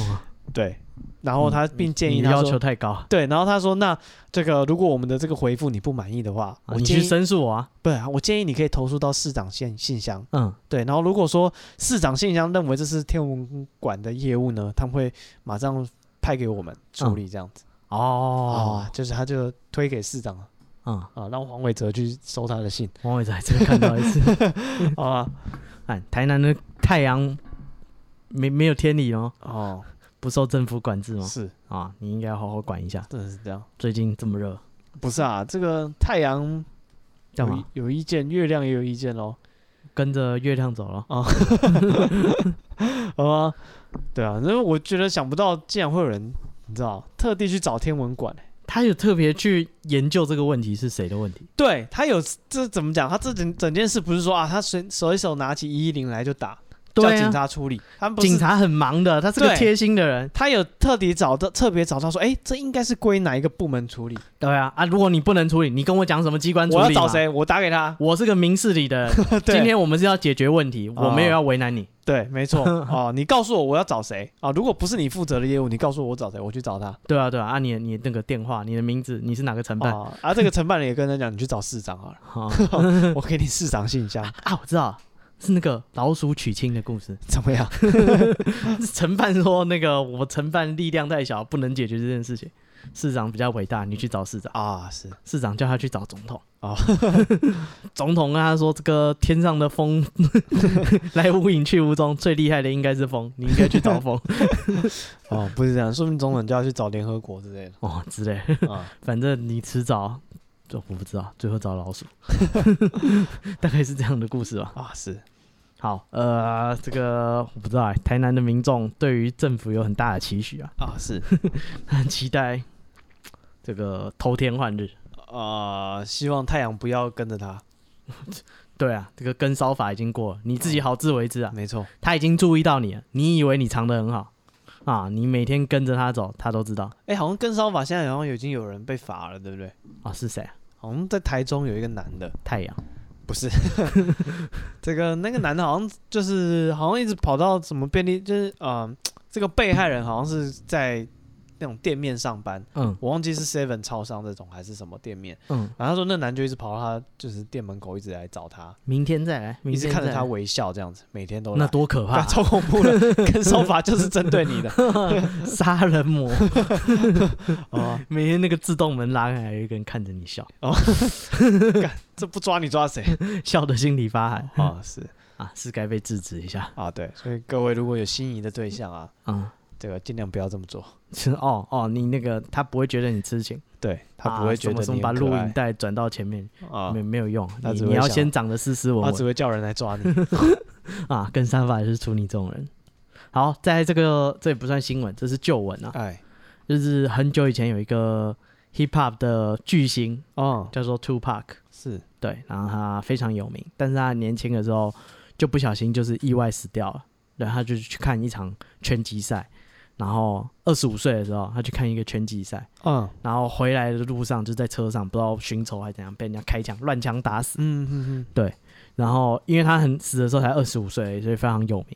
<laughs> 哦对，然后他并建议你他要说，求太高，对，然后他说那这个如果我们的这个回复你不满意的话，啊我你建去议申诉我啊，不是，我建议你可以投诉到市长信信箱。嗯，对，然后如果说市长信箱认为这是天文馆的业务呢，他们会马上派给我们处嗯理这样子。哦啊，，就是他就推给市长了嗯，啊，让黄伟哲去收他的 <laughs> 信王伟在这看到一次， <laughs> 啊。哎，台南的太阳没没有天理哦，哦，不受政府管制哦，是，啊，你应该好好管一下，真的是这样。最近这么热，不是啊，这个太阳有干嘛意有意见，月亮也有意见喽。跟着月亮走了？啊，对啊，因为我觉得想不到，竟然会有人，你知道，特地去找天文馆、欸他有特别去研究这个问题是谁的问题，对他有这怎么讲？他这整整件事不是说啊，他手手一手拿起一一零来就打，叫对警啊，察处理。他们不是警察很忙的，他是个对贴心的人，他有特地找到，特别找到说，哎、这应该是归哪一个部门处理？对啊，啊，如果你不能处理，你跟我讲什么机关处我理？要找？谁？我打给他。我是个明事 <laughs> 理的人，今天我们是要解决问题，哦我没有要为难你。对，没 <laughs> 错哦，你告诉我我要找谁啊？如果不是你负责的业务，你告诉我我找谁，我去找他。对啊，对啊，啊，你你那个电话，你的名字，你是哪个承办？啊，啊，这个承办人也跟他讲，你去找市长 <laughs> 好了，啊我给你市长信箱，啊，我知道，是那个老鼠娶亲的故事。 <laughs> <laughs> 怎么样？承办说那个我承办力量太小，不能解决这件事情。市长比较伟大，你去找市长。啊，是市长叫他去找总统。哦 <laughs> 总统跟他说：“这个天上的风 <laughs> 来无影去无踪，最厉害的应该是风，你应该去找风哦，不是这样，说明总统就要去找联合国之类哦之类。的 <laughs> 啊。反正你迟早，就我不知道，最后找老鼠， <laughs> 大概是这样的故事吧。啊，是好，呃，这个我不知道、欸，台南的民众对于政府有很大的期许啊，啊，是很期待这个偷天换日。啊，希望太阳不要跟着 <laughs> 他。对啊，这个跟烧法已经过了，你自己好自为之啊。没错，他已经注意到你了，你以为你藏得很好啊？你每天跟着他走，他都知道哎，好像跟烧法现在好像已经有人被罚了，对不对？啊是谁啊？好像在台中有一个男的，太阳不 <laughs> 是这个那个男的，好像就是好像一直跑到什么便利，就是嗯、呃这个被害人好像是在那种店面上班，嗯我忘记是 Seven 超商这种还是什么店面。嗯，然后他说那男就一直跑到他就是店门口，一直来找他，明天再来，明一直天看着再他来微笑这样子，每天都来那多可怕啊 <laughs> 对，超恐怖的，跟手法就是针对你的杀人魔，哦，每天那个自动门拉开，还有一个人看着你笑，这不抓你抓谁笑得心里发寒啊？是啊，是该被制止一下啊，对，所以各位如果有心仪的对象啊，啊。这个尽量不要这么做，是哦哦，你那个他不会觉得你痴情，对他不会觉啊得什么什你么把很录可影爱带转到前面，啊没，没有用，他你只你会要想先长得斯斯文他只文会叫人来抓你。<laughs> 啊，跟三法也是出你这种人。好，在这个这也不算新闻，这是旧闻啊，哎，就是很久以前有一个 hip hop 的巨星哦，叫做 Two Pac，是对，然后他非常有名，但是他年轻的时候就不小心就是意外死掉了，然后他就去看一场拳击赛，然后二十五岁的时候他去看一个拳击赛，嗯然后回来的路上就在车上不知道寻仇还是怎样被人家开枪乱枪打死，嗯嗯然后因为他很死的时候才二十五岁，所以非常有名，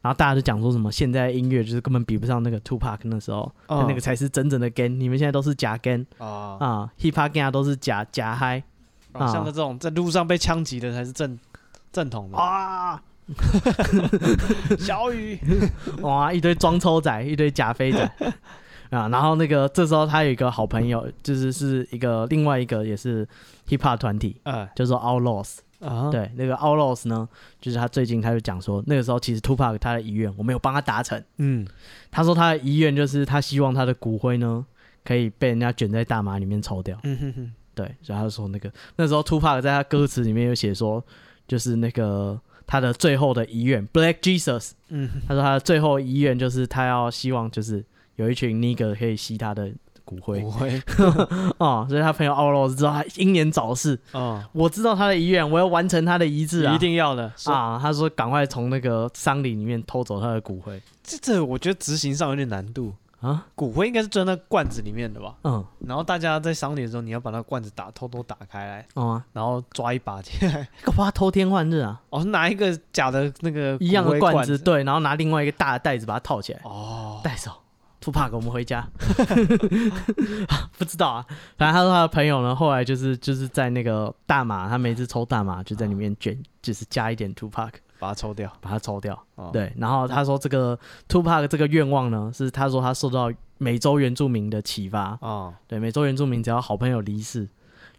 然后大家就讲说什么现在音乐就是根本比不上那个 Two Pac 那时候，嗯哎那个才是真正的 Gan，你们现在都是假 Gan 啊啊，啊、h i p Hop Gan 都是假假嗨。啊像这种在路上被枪击的才是正正统的啊，小 <laughs> 雨，哇，一堆装抽仔，一堆假飞仔啊。然后那个这时候他有一个好朋友，就是是一个另外一个也是 hip hop 团体，哎叫做 Outlaws。啊，对，那个 Outlaws 呢，就是他最近他就讲说，那个时候其实 Tupac 他的遗愿我没有帮他达成。嗯，他说他的遗愿就是他希望他的骨灰呢可以被人家卷在大麻里面抽掉。嗯哼哼，对，所以他就说那个那时候 Tupac 在他歌词里面有写说，就是那个他的最后的遗愿 Black Jesus。嗯哼，他说他的最后遗愿就是他要希望就是有一群 nigger 可以吸他的骨灰不会， <laughs> 哦，所以他朋友奥洛知道他英年早逝，哦，我知道他的遗愿，我要完成他的遗志啊，一定要的啊。啊，他说赶快从那个丧礼里面偷走他的骨灰这这我觉得执行上有点难度。啊，骨灰应该是装在罐子里面的吧？嗯，然后大家在赏脸的时候，你要把那个罐子打偷偷打开来，哦、啊，然后抓一把起来。搞不好他偷天换日啊， <laughs> 哦，是拿一个假的那个一样骨的灰罐罐子，。对，然后拿另外一个大的袋子把它套起来，哦，带走。不怕，我们回家。 <laughs> 啊不知道啊，反正他说他的朋友呢，后来就是就是在那个大麻，他每次抽大麻就在里面哦卷，就是加一点 two pack 把它抽掉。把它抽掉。哦，对，然后他说这个 two pack 这个愿望呢，是他说他受到美洲原住民的启发。哦，对，美洲原住民只要好朋友离世，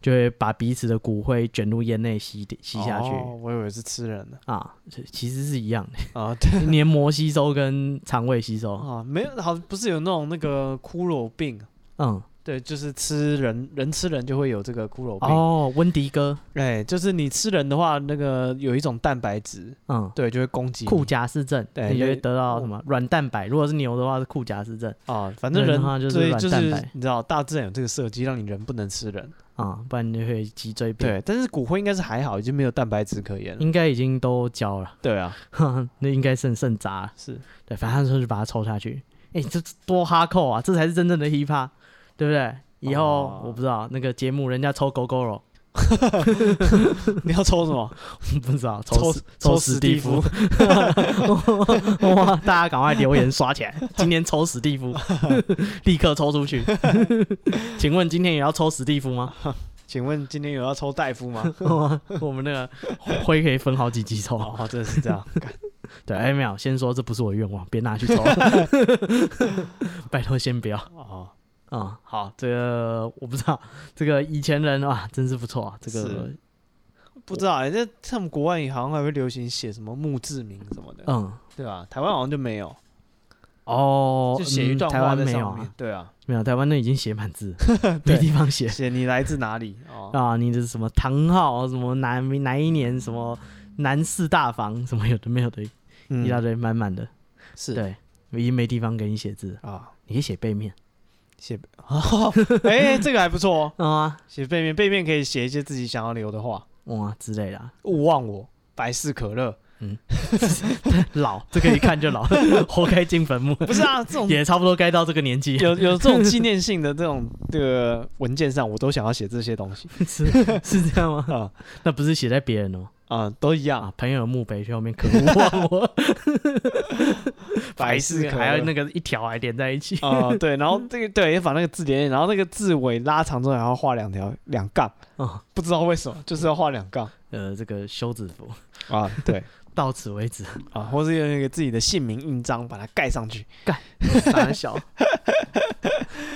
就会把彼此的骨灰卷入烟内吸吸下去。哦我以为是吃人 <laughs> 的啊，其其实是一样的，啊， <laughs> 对 <laughs> 黏膜吸收跟肠胃吸收，啊，没有，好，不是有那种那个骷髅病？嗯，对，就是吃人，人吃人就会有这个骷髅病。哦，温迪哥，哎，就是你吃人的话，那个有一种蛋白质，嗯，对，就会攻击你库夹氏症，对你就会就得到什么软蛋白。如果是牛的话是库夹氏症啊。反正人人的话就是对软就蛋是白你知道，大自然有这个设计，让你人不能吃人。啊、不然你就会脊椎嗯病。对，但是骨灰应该是还好，已经没有蛋白质可言了。应该已经都交了， <laughs> 对啊，那应该剩剩渣了。是对，反正他说就把它抽下去。哎、这多哈扣啊，这才是真正的 hip hop，对不对？以后、哦我不知道那个节目人家抽狗狗肉， <laughs> <laughs> 你要抽什么？不知道抽 <laughs> 抽抽史史蒂蒂夫夫， <laughs> <laughs> 哇！大家赶快留言刷起来，今天抽史蒂 <laughs> 夫，立刻抽出去。 <laughs> 请问今天也要抽史蒂夫吗？请问今天有要抽大夫 <laughs> 吗？我们那个灰可以分好几集抽。哦，真的是这样。对，哎、没有，先说这不是我的愿望，别拿去抽， <laughs> 拜托先不要啊、哦，嗯好，这个我不知道，这个以前人哇，真是不错啊，这个是不知道哎、这他们国外好像还会流行写什么墓志铭什么的，嗯对吧、台湾好像就没有，哦，就写一嗯段台话湾在没有上面。啊，对啊，没有，台湾那已经写 <laughs> 满字，没对地方 <laughs> 写写你来自哪里哦， <laughs> 啊，你的什么唐号，什么哪哪一年，什么南四大房，什么有的没有的，一嗯大堆满满的，是对，已经没地方给你写字了，啊，你可以写背面写哦，哎、这个还不错哦，嗯啊，写背面，背面可以写一些自己想要留的话，哇之类的 <laughs> 啊、勿忘我，百事可乐，老，这个一看 <laughs> 就老，活该进坟墓，不是啊，这种也差不多该到这个 <laughs> 年纪，有有这种纪念性的这种这个文件上，我都想要写这些东西是是这样吗？啊那不是写在别人哦，啊、啊，都一样，啊，朋友的墓碑去后面可恶 <laughs> 忘我，百事可乐还有那个一条还连在一起， <laughs> 啊、对，然后这个对也把那个字连起来，然后那个字尾拉长之后还要画两条两杠，哦， <laughs> 不知道为什么就是要画两杠呃，这个休止符 <laughs> 啊，对到此为止， <laughs> 啊，或是用一个自己的姓名印章把它盖上 <laughs> 去。傻小，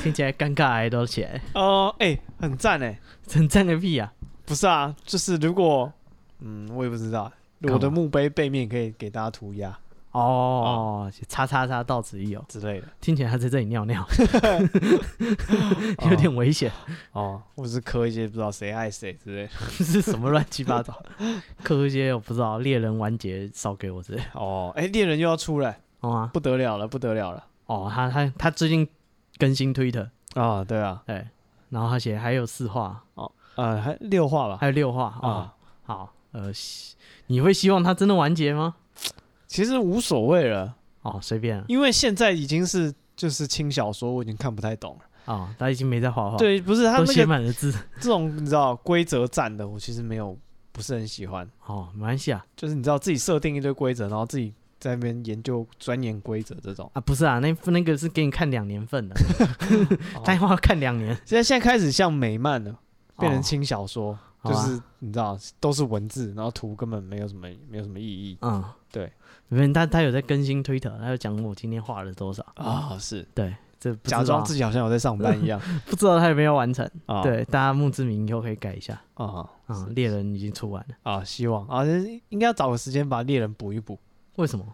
听起来尴尬癌都起来，哦、哎、很赞哎，真赞个屁啊！不是啊，就是如果嗯，我也不知道，我的干嘛墓碑背面可以给大家涂鸦哦，叉叉叉到此一游，之类的听起来他在这里尿 <laughs> 尿， <laughs> 有点危险，哦，或者是刻一些不知道谁爱谁之类的是什么乱七八糟？刻一些我不知道猎人完结烧给我之类的，哦，哎、猎人又要出来，好吗？不得了了，不得了了哦，他他他最近更新 Twitter，啊，对啊，对，然后他写还有四话，呃，还六画吧还有六话啊、哦啊，好，呃，希你会希望它真的完结吗？其实无所谓了。哦，随便啊、 <laughs> 因为现在已经是就是轻小说，我已经看不太懂了。哦，他已经没在画 <laughs> 画，，对，不是他都那写个满了字。这种你知道规则战的，我其实没有不是很喜欢。哦，没关系啊，就是你知道自己设定一堆规则，然后自己在那边研究钻研规则这 <laughs> 种。啊，不是啊，那那个是给你看两 <laughs> 年份的，哦再画看两年，现在现在开始像美漫了，变成哦轻小说，好就吧是你知道都是文字，然后图根本没有什么没有什么意义嗯，对，因为他他有在更新 Twitter，他有讲我今天画了多少，啊、是对，这不知道假装自己好像有在上班一 <laughs> 样不知道他有没有完成，啊，对，大家墓志铭以后可以改一下。啊啊、猎人已经出完了，啊，希望啊，应该要找个时间把猎人补一补，为什么？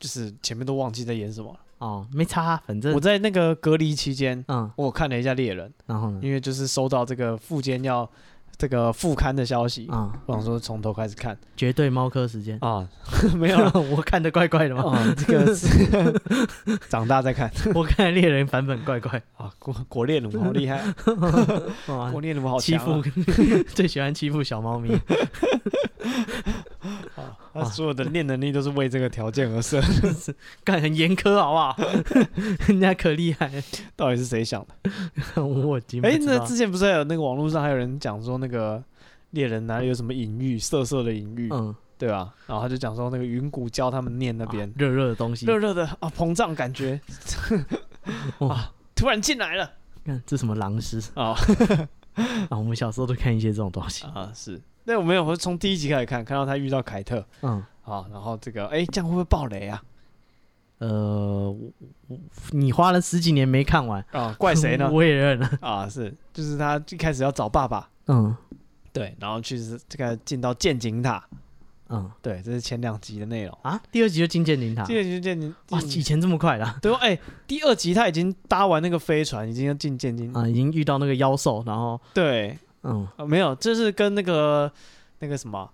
就是前面都忘记在演什么了。哦，没差啊，反正我在那个隔离期间，嗯，我看了一下猎人，然后呢？因为就是收到这个副监要这个复刊的消息，啊、我想说从头开始看绝对猫科时间。啊， <laughs> 没有了。 <laughs> 我看的怪怪的吗？ <laughs> 啊，这个是 <laughs> 长大再看 <laughs> 我看猎人版本怪怪，啊，国国猎奴好厉害，<laughs> 哇国猎奴哦好欺强负 <laughs> 啊最喜欢欺负小猫咪， <laughs> 啊！他所有的练能力都是为这个条件而设， <laughs> 干很严苛好不好？ <laughs> 人家可厉害了，到底是谁想的？我已经不哎，知那道之前不是还有那个网络上还有人讲说那个猎人哪里有什么隐喻，色色的隐喻，嗯对吧？然后他就讲说那个云谷教他们念那边啊，热热的东西，热热的啊，膨胀感觉啊，突然进来了看这什么狼师啊 <laughs> 啊？我们小时候都看一些这种东西，啊是，那我没有，我是从第一集开始看，看到他遇到凯特嗯啊，然后这个哎、这样会不会爆雷啊？呃，我我你花了十几年没看完，啊， <laughs> 怪谁呢？我也 <laughs> 认了，啊是，就是他一开始要找爸爸，嗯对，然后去是这个进到剑井塔，嗯对，这是前两集的内容。啊，第二集就进剑灵塔，第二集就剑井，啊哇，以前这么快的啊对哦，哎、第二集他已经搭完那个飞船，已经要进剑井，啊，已经遇到那个妖兽，然后对，嗯啊，没有，这是跟那个那个什么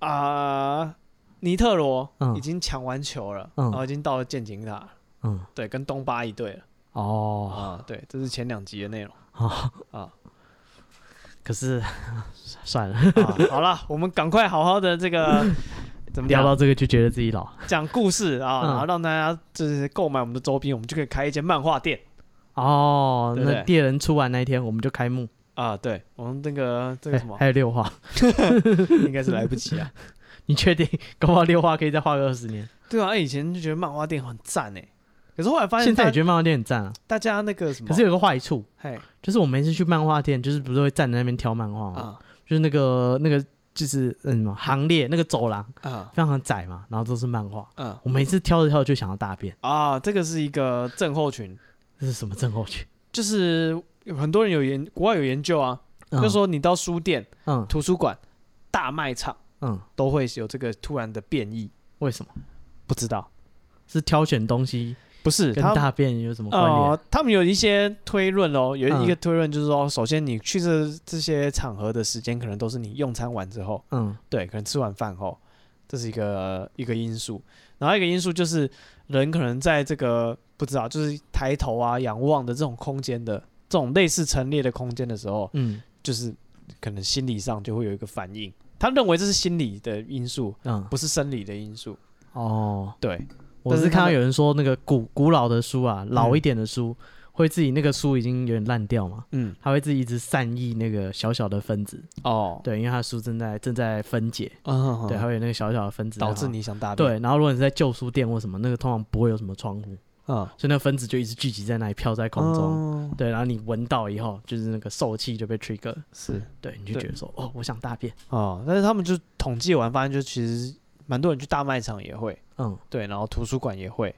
啊、尼特罗嗯已经抢完球了，嗯然后已经到了剑井塔，嗯对，跟东巴一队了哦。啊、对，这是前两集的内容啊啊可是 <laughs> 算了， <laughs> 啊。好了，我们赶快好好的这个怎么聊讲到这个就觉得自己老讲故事啊，嗯然后让大家就是购买我们的周边，我们就可以开一间漫画店哦。对不那对猎人出完那一天，我们就开幕，啊。对，我们这个这个什么哎还有六话， <laughs> 应该是来不及啊。你确定？搞不好六话可以再画个二十年。对啊，哎以前就觉得漫画店很赞哎，可是后来发现现在也大觉得漫画店很赞啊，大家那个什么，可是有个坏处，嘿就是我每次去漫画店，就是不是会站在那边挑漫画嘛，啊就是那个那个就是嗯什么行列那个走廊啊非常的窄嘛，然后都是漫画。啊我每次挑着挑着就想要大便，啊，这个是一个症候群，这是什么症候群？就是有很多人有研，国外有研究啊，嗯就说你到书店、嗯图书馆、大卖场嗯，都会有这个突然的变异，为什么？不知道是挑选东西不是跟他大便有什么关联？呃，他们有一些推论哦，有嗯一个推论就是说，首先你去这这些场合的时间，可能都是你用餐完之后，嗯对，可能吃完饭后，这是一个一个因素。然后一个因素就是人可能在这个不知道，就是抬头啊、仰望的这种空间的这种类似陈列的空间的时候，嗯就是可能心理上就会有一个反应。他认为这是心理的因素，嗯不是生理的因素。哦。对，我但是是他看到们有人说那个古古老的书啊，老一点的书、会自己那个书已经有点烂掉嘛，嗯，他会自己一直散逸那个小小的分子，哦，对，因为他的书正在正在分解，嗯，对，还会有那个小小的分子导致然后你想大便，，对，然后如果你是在旧书店或什么，那个通常不会有什么窗户，嗯，所以那个分子就一直聚集在那里飘在空中，中对，然后你闻到以后，就是那个受气就被 trigger，是对，你就觉得说哦，我想大便，哦，但是他们就统计完发现，就其实蛮多人去大卖场也会，嗯，对，然后图书馆也会，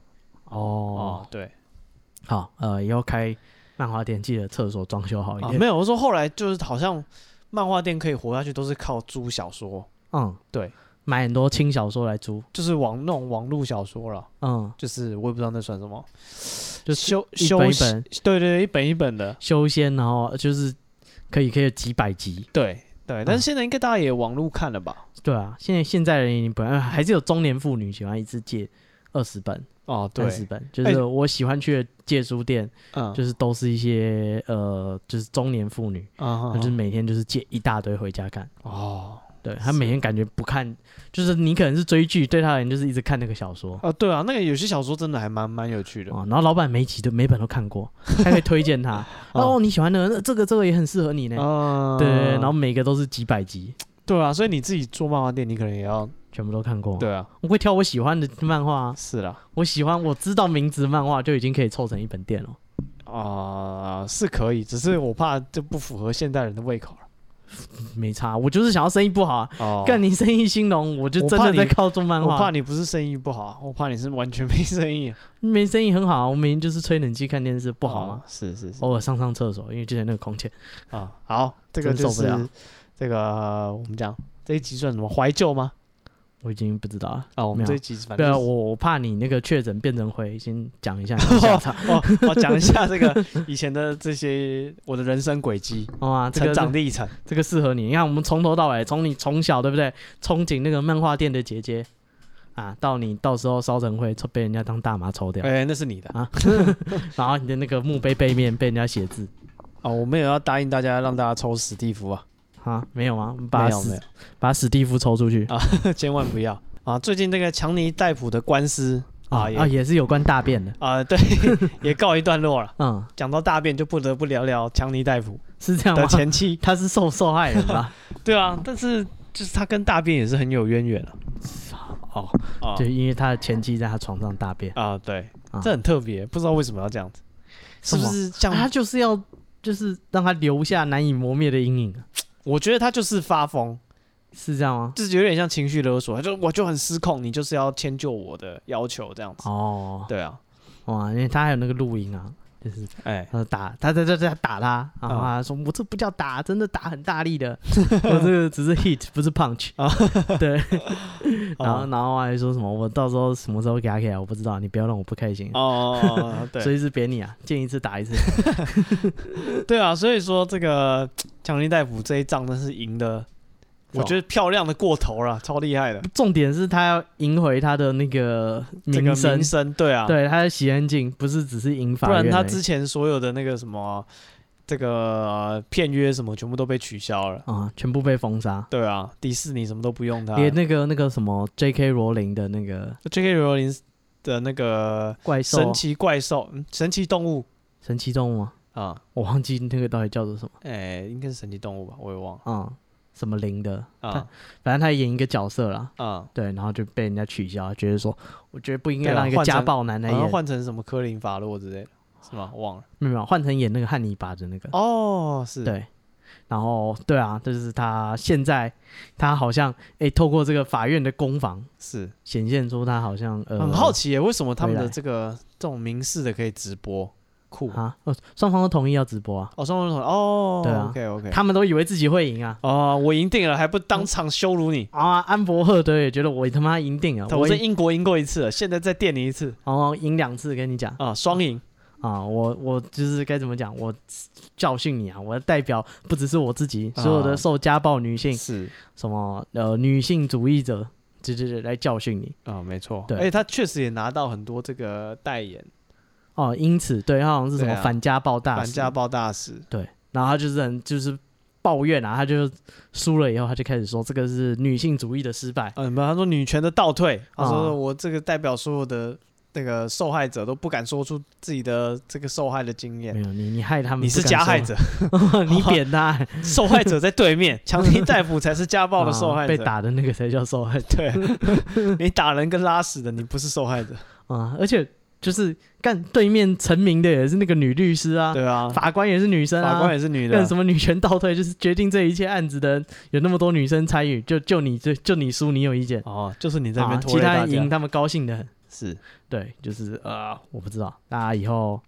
哦哦，，对，好，呃，以后开漫画店记得厕所装修好一啊点，没有，我说后来就是好像漫画店可以活下去，都是靠租小说，嗯，对，买很多轻小说来租，就是网那种网络小说了，嗯，就是我也不知道那算什么，就修一修本一息本对对对，一本一本的，修仙，然后就是可以可以有几百集，对对，嗯但是现在应该大家也网络看了吧？对啊，现在现在的人本来还是有中年妇女喜欢一次借二十本、哦，对三，十本，就是我喜欢去的借书店，嗯，就是都是一些呃，就是中年妇女，啊她就是每天就是借一大堆回家看，哦对她每天感觉不看，就是你可能是追剧，对她而言就是一直看那个小说。啊，对啊，那个有些小说真的还蛮蛮有趣的，哦，然后老板每一集都每本都看过，还可以推 <laughs> 荐他。哦，你喜欢那个，那这个这个也很适合你呢。啊，对对对，然后每个都是几百集，对啊，所以你自己做漫画店，你可能也要全部都看过。，对啊，我会挑我喜欢的漫画啊，是啦，我喜欢我知道名字的漫画就已经可以凑成一本店了。啊，是可以，只是我怕这不符合现代人的胃口了。没差，我就是想要生意不好啊。哦干你生意兴隆，我就真我怕的你在靠做漫我怕画。你不是生意不好，我怕你是完全没生意，没生意很好啊，我每天就是吹冷气看电视，不好吗 <laughs> 哦？是是是偶尔上上厕所，因为之前那个空间。啊，好，这个真就受不了是这个呃我们讲这一集算什么怀旧吗？我已经不知道了。啊，我们没有这一集反对正啊，就是我我怕你那个确诊变成灰，先 <laughs> 讲一下你的下场。哦，我讲一下这个以前的这些我的人生轨 <laughs> 迹、好吗？这成个长历程。这个适合你。你看，我们从头到尾，从你从小对不对，憧憬那个漫画店的姐姐啊，到你到时候烧成灰，抽被人家当大麻抽掉，哎，那是你的啊，然后你的那个墓碑背面被人家写字哦，我们也要答应大家，让大家抽史蒂夫啊，啊，没有吗？我们把没有史没把史蒂夫抽出去啊有，千万不要啊！最近这个强尼戴普的官司啊啊也啊，也是有关大便的，啊， <laughs> 对，也告一段落了。嗯，讲到大便，就不得不聊聊强尼戴普是这样的啊吗？前妻。他是受受害人 <laughs> 吧？对啊，但是就是他跟大便也是很有渊源了哦，啊。对，因为他的前妻在他床上大便，啊，对啊，这很特别，不知道为什么要这样子，是什不么是像啊他就是要就是让他留下难以磨灭的阴影，啊我觉得他就是发疯，是这样吗？就是有点像情绪勒索，他就我就很失控，你就是要迁就我的要求这样子。哦，对啊，哇，因为他还有那个录音啊，就是哎，他打他在在在打他，哦然后他说：“我这不叫打，真的打很大 <laughs> 力的，我这个只是 hit，不是 punch。”啊 <laughs> 对， <laughs> 哦然后然后还说什么我到时候什么时候给他给啊，我不知道，你不要让我不开心。 <laughs> 哦，对随时扁你啊，见一次打一次。对啊，所以说这个强尼戴普这一仗真是赢的，我觉得漂亮的过头了，超厉害的，重点是他要赢回他的那个这个名声名，声，对啊，对，他要洗干净，不是只是赢法不然院他而已之前所有的那个什么这个呃片约什么全部都被取消了。啊、全部被封杀，对啊，迪士尼什么都不用他连那个那个什么 J.K. 罗琳的那个，J.K. 罗琳的那个怪兽神奇怪兽、嗯神奇动物神奇动物吗？啊，我忘记那个到底叫做什么。哎、应该是神奇动物吧，我也忘了嗯，什么零的，啊反正他演一个角色啦，啊，对，然后就被人家取消，觉得说，我觉得不应该对啊让一个换成家暴男来然后演，换成什么科林法洛之类的，是吗？忘了。没有没有换成演那个汉尼拔的那个，哦，是，对，然后对啊，就是他现在他好像诶，透过这个法院的攻防，是，显现出他好像呃很好奇耶，为什么他们回的来这个这种民事的可以直播？酷。啊，哦双方都同意要直播啊，哦，双方同哦，对啊 o k OK，他们都以为自己会赢啊。哦，我赢定了，还不当场羞辱你？啊，安伯赫德也觉得我他妈赢定了，我嗯我在赢英国赢过一次了，现在再电你一次哦赢两次，跟你讲，啊，双赢。啊，我我就是该怎么讲，我教训你啊！我代表不只是我自己，所有啊的受家暴女性，是什么呃女性主义者，这这这来教训你啊、没错，对而且他确实也拿到很多这个代言，哦。因此，对他好像是什么对啊反家暴大反使家，暴大使，对，然后他就是很就是抱怨啊，他就输了以后，他就开始说这个是女性主义的失败，啊嗯，不，他说女权的倒退，他啊说我这个代表所有的那个受害者都不敢说出自己的这个受害的经验没。有你，你害他们，你是加啊害，者， <laughs> 你扁他， <laughs> 受害者在对面， <laughs> 强尼戴夫才是家暴的受害者。啊被打的那个才叫受害者 <laughs> 对， <laughs> 你打人跟拉屎的，你不是受害者。啊！而且就是干对面成名的也是那个女律师啊，对啊，法官也是女生啊，法官也是女的干啊，什么女权倒退，就是决定这一切案子的人有那么多女生参与，就就你就就你输，你有意见，哦，就是你在那边啊拖其累他大人赢，家。他们高兴的很。是，对，就是呃，我不知道，大家以后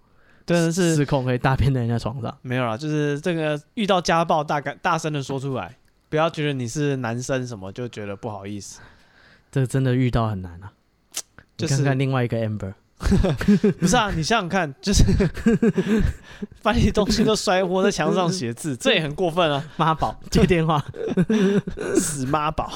真的是失控可以大便在人家床上。没有啦，就是这个遇到家暴，大敢大声的说出来，不要觉得你是男生什么就觉得不好意 <laughs> 思，这个真的遇到很难啊。就你是看看另外一个 Amber，不是啊？你想想看，就是把你东西都摔窝在墙上写 <laughs> 字，这也很过分啊！妈宝接电话，死妈宝！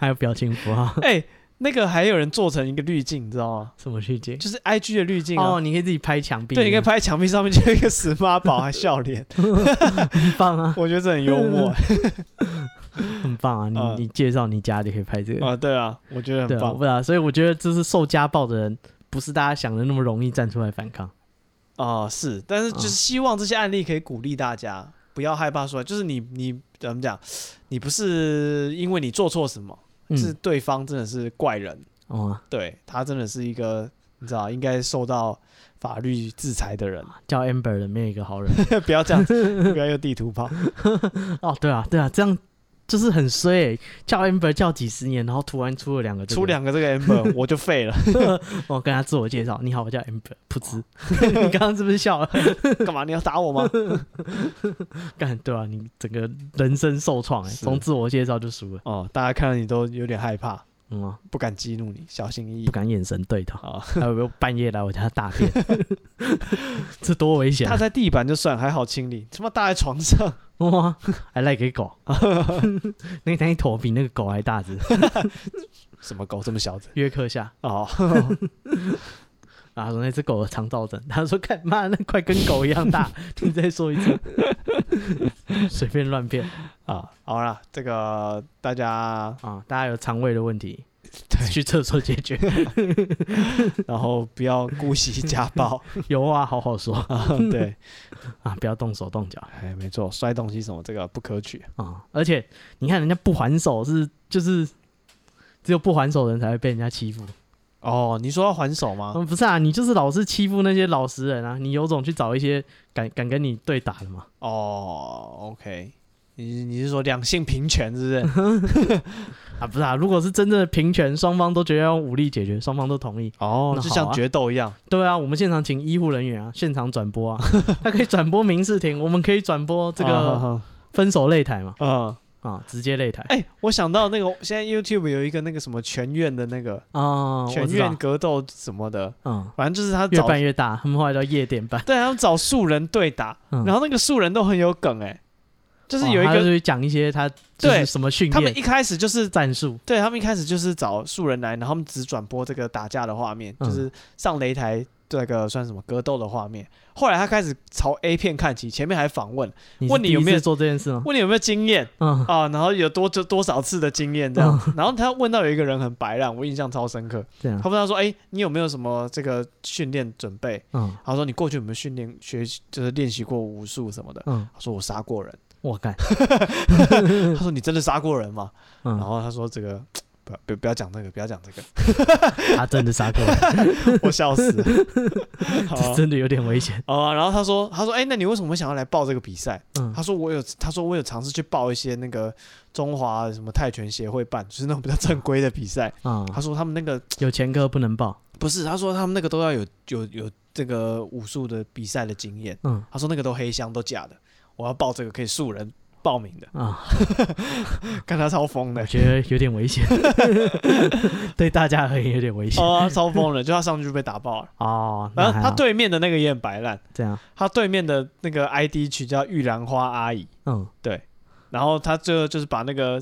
还有表情符号， <laughs> 哎、那个还有人做成一个滤镜，你知道吗？什么去接？就是 I G 的滤镜啊。哦，你可以自己拍墙壁，对，你可以拍墙壁上面就有一个死妈宝，还笑 <laughs> 脸，很 <laughs> 棒啊，我觉得这很幽默很棒啊！嗯你你介绍你家就可以拍这个，啊！对啊，我觉得对很啊，我棒不知道，所以我觉得就是受家暴的人，不是大家想的那么容易站出来反抗。啊，是，但是就是嗯希望这些案例可以鼓励大家不要害怕说，就是你你怎么讲，你不是因为你做错什么，是嗯，对方真的是怪人，哦，对他真的是一个你知道应该受到法律制裁 <laughs> 的人，叫 Amber 的没有一个 <laughs> 好人。不要这样 <laughs> 子，不要用地图炮，哦，对啊，对啊，这样就是很衰欸，叫 Amber 叫几十年，然后突然出了两个这个，出两个这 <laughs> 个 amber 我就废了，我跟他自我介绍，你好，我叫 Amber，噗嗤，哦 <laughs> 你刚刚是不是笑了？干嘛你要打我吗？干，对啊，你整个人生受创哎、是从自我介绍就输了，哦，大家看到你都有点害怕，嗯、啊，不敢激怒你，小心翼翼不。敢眼神对他，啊，还有没有半夜来我家大 <laughs> 便？这多危险踏啊！在地板就算还好清理，他妈搭在床上，哇，还赖给狗， <laughs> 那那一坨比那个狗还大只，什么狗这么小子？约克夏。 <laughs> 哦，然后他说那只狗的肠燥症，他说干妈那快跟狗一样 <laughs> 大，你再说一次， <laughs> 随便乱变啊，好啦，这个大 <laughs> 家，啊！大家有肠胃的问题，去厕所解 <laughs> 决。然后不要姑息家 <laughs> 暴有话好好说啊，对，啊，不要动手动脚哎，没错，摔东西什么这个不可取，啊！而且你看人家不还手是就是。只有不还手的人才会被人家欺负。哦，你说要还手吗？嗯，不是啊，你就是老是欺负那些老实人啊！你有种去找一些敢敢跟你对打的嘛？哦，OK，你你是说两性平权是不是？ <laughs> 啊，不是啊，如果是真正的平权，双方都觉得要用武力解决，双方都同意， <laughs> 哦那就好像啊决斗一样，对啊，我们现场请医护人员啊，现场转播啊， <laughs> 他可以转播民事庭，我们可以转 <laughs> 播这个啊，分手擂台嘛，啊啊啊，直接擂台哎，我想到那个现在 YouTube 有一个那个什么全院的那个啊，我全知道院，格斗什么的，嗯，反正就是他越找办越大，他们后来叫夜店办，对，他们找素人对打，嗯 <laughs> <laughs> 然后那个素人都很有梗哎、就是有一哦他个，就是讲一些他就是对什么训他们练一开始就是战术，对他们一开始就是找素人来，然后他们只转播这个打架的画面，嗯就是上擂台这个算什么格斗的画面。后来他开始朝 A 片看齐，前面还访问，是问你第一有没有次做这件事吗？问你有没有经 <laughs> 验嗯，啊，然后有多就多少次的经验这样子。然后他问到有一个人很白烂，我印象超深刻，这样他，问他说：“哎、你有没有什么这个训练准备嗯？”他说：“你过去有没有训练学就是练习过武术什么的嗯？”，他说：“我杀过人。”我干， <laughs> 他说：“你真的杀过人吗？”然 <laughs> 嗯，后他说：“这个不要不要不要讲这个，不要讲这个。 <laughs> <laughs> 他真的杀过人，”我笑死了。 <laughs> 好这啊真的有点危险，好啊，然后他说：“他说，哎、那你为什么会想要来报这个比赛？”嗯他，说：“我有，他说我有尝试去报一些那个中华什么泰拳协会办，就是那种比较正规的比赛。啊，他说他们那个有前科不能报，不是，他说他们那个都要有有有这个武术的比赛的经验。嗯，他说那个都黑箱都假的，我要报这个可以素人报名的，啊，看他超疯的 <laughs> 我。”觉得有点危险， <laughs> 对大家而言有点危险。哦，他超疯了，就他上去就被打爆了。哦，然那后还他好对面的那个也很白烂，这样，他对面的那个 ID 取叫玉兰花阿姨，嗯然后他最后就是把那个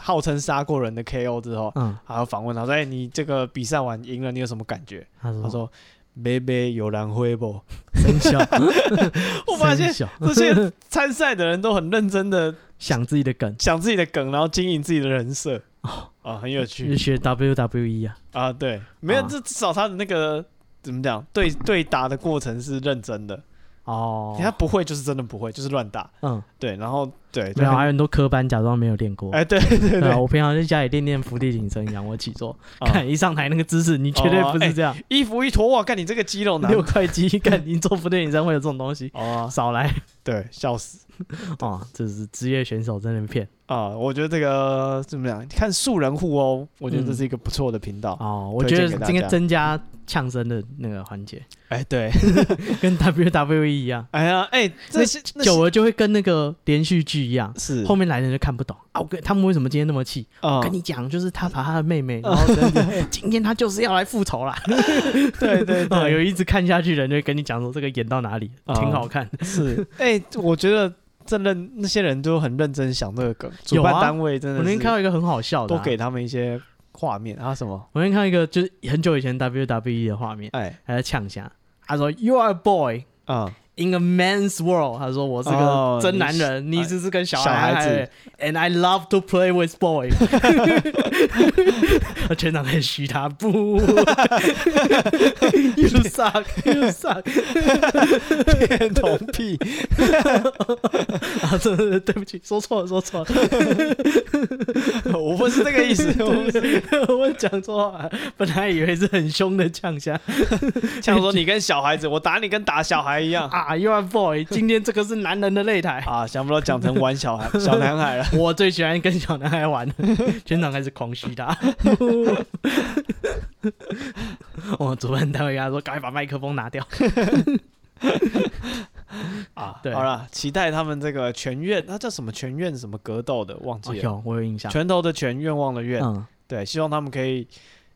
号称杀过人的 KO 之后，嗯，还要访问他说：“哎、你这个比赛完赢了，你有什么感觉？”他说他说：“妹妹有蓝灰不生肖，？” <laughs> 我发 <laughs> 现生肖这些参赛的人都很认真的想自己 <laughs> 的梗，想自己的梗，然后经营自己的人 <laughs> 设，啊、很有就是趣学 WWE 啊，啊。对，没有，啊这至少他的那个怎么讲，对对答的过程是认真的，哦他不会就是真的不会，就是乱答。嗯，对，然后对，没有，啊就还有很多科班假装没有练过。哎，对对对对啊，对，我平常在家里练练伏地挺身、仰卧起坐，哦看一上台那个姿势，你绝对哦不哎是这样。衣服一脱，哇，干你这个肌肉男六块肌，看你做伏地挺身会有这种东西， <laughs> 哦，少来对，笑死哦！这是职业选手真的骗啊！我觉得这个怎么讲，看素人互殴，我觉得这是一个不错的频道。哦！我推觉荐得给大应该家增加呛声的那个环节， <laughs> 哎，对，跟 WWE 一样，哎呀，哎，这些那久了就会跟那个连续剧一样，是后面来的人就看不懂啊！我跟他们为什么今天那么气？啊，跟你讲，就是他把他的妹妹，哦然后真的今天他就是要来复仇啦。 <laughs> 对对 <laughs> 啊，有对，一直看下去的人就会跟你讲说这个演到哪里，哦挺好看。是哎，我觉得真的那些人都很认真想这个梗，主有啊办单位真我的那天是看到一个很好笑的、啊多给。他们一些画面啊什 <laughs> 么，我那天看到一个就是很久以前 WWE 的画面，哎还在呛下，他说 “You are a boy 啊， in a man's world”，他说我是哦个真男人，你你是哎只是个小小孩孩子，and I love to play with boy。全场在嘘他，<laughs> 不，You suck，You suck， <laughs> 恋童癖，啊，真的对不起，说错了，说错了。 <laughs> 我不是这个意思，我不 <laughs> 是我讲错话，本来以为是很凶的呛下像说你跟小孩子，我打你跟打小孩一样啊，You are boy，今天这个是男人的擂台。 <laughs> 啊，想不到讲成玩小孩小男孩 <laughs> 了。我最喜欢跟小男孩 <laughs> 玩，全场开始狂嘘 <laughs> 他。我主办单位跟他说：“赶快把麦克风拿掉。啊，对好了，期待他们这个全院，那叫什么全院什么格斗的，忘”哦，记了。有我有印象。拳头的拳，愿望的愿，嗯，对，希望他们可以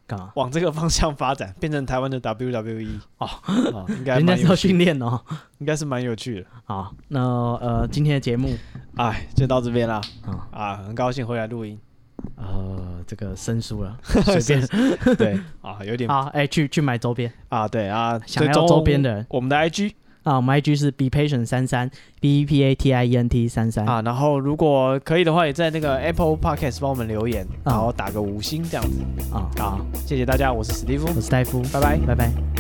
干嘛？往这个方向发展，变成台湾的 WWE 哦啊，应该人家蛮是要有趣，训练 <laughs> 哦。应该是蛮有趣的。好，那呃，今天的节目哎，就到这边啦，啊、啊，很高兴回来录 <laughs> 音，呃，这个生疏 <laughs> 了，随便对 <laughs> 啊，有点啊，哎、去去买周边。啊，对啊，想追要踪周边的人我们的 IG 啊，我们 IG 是 be patient 三三 b e p a t i e n t 三三啊，啊，然后如果可以的话，也在那个 Apple Podcast 帮我们留言，嗯然后打个五星这样子。啊好，好，谢谢大家，我是史蒂夫，啊我是戴夫，拜拜。拜拜。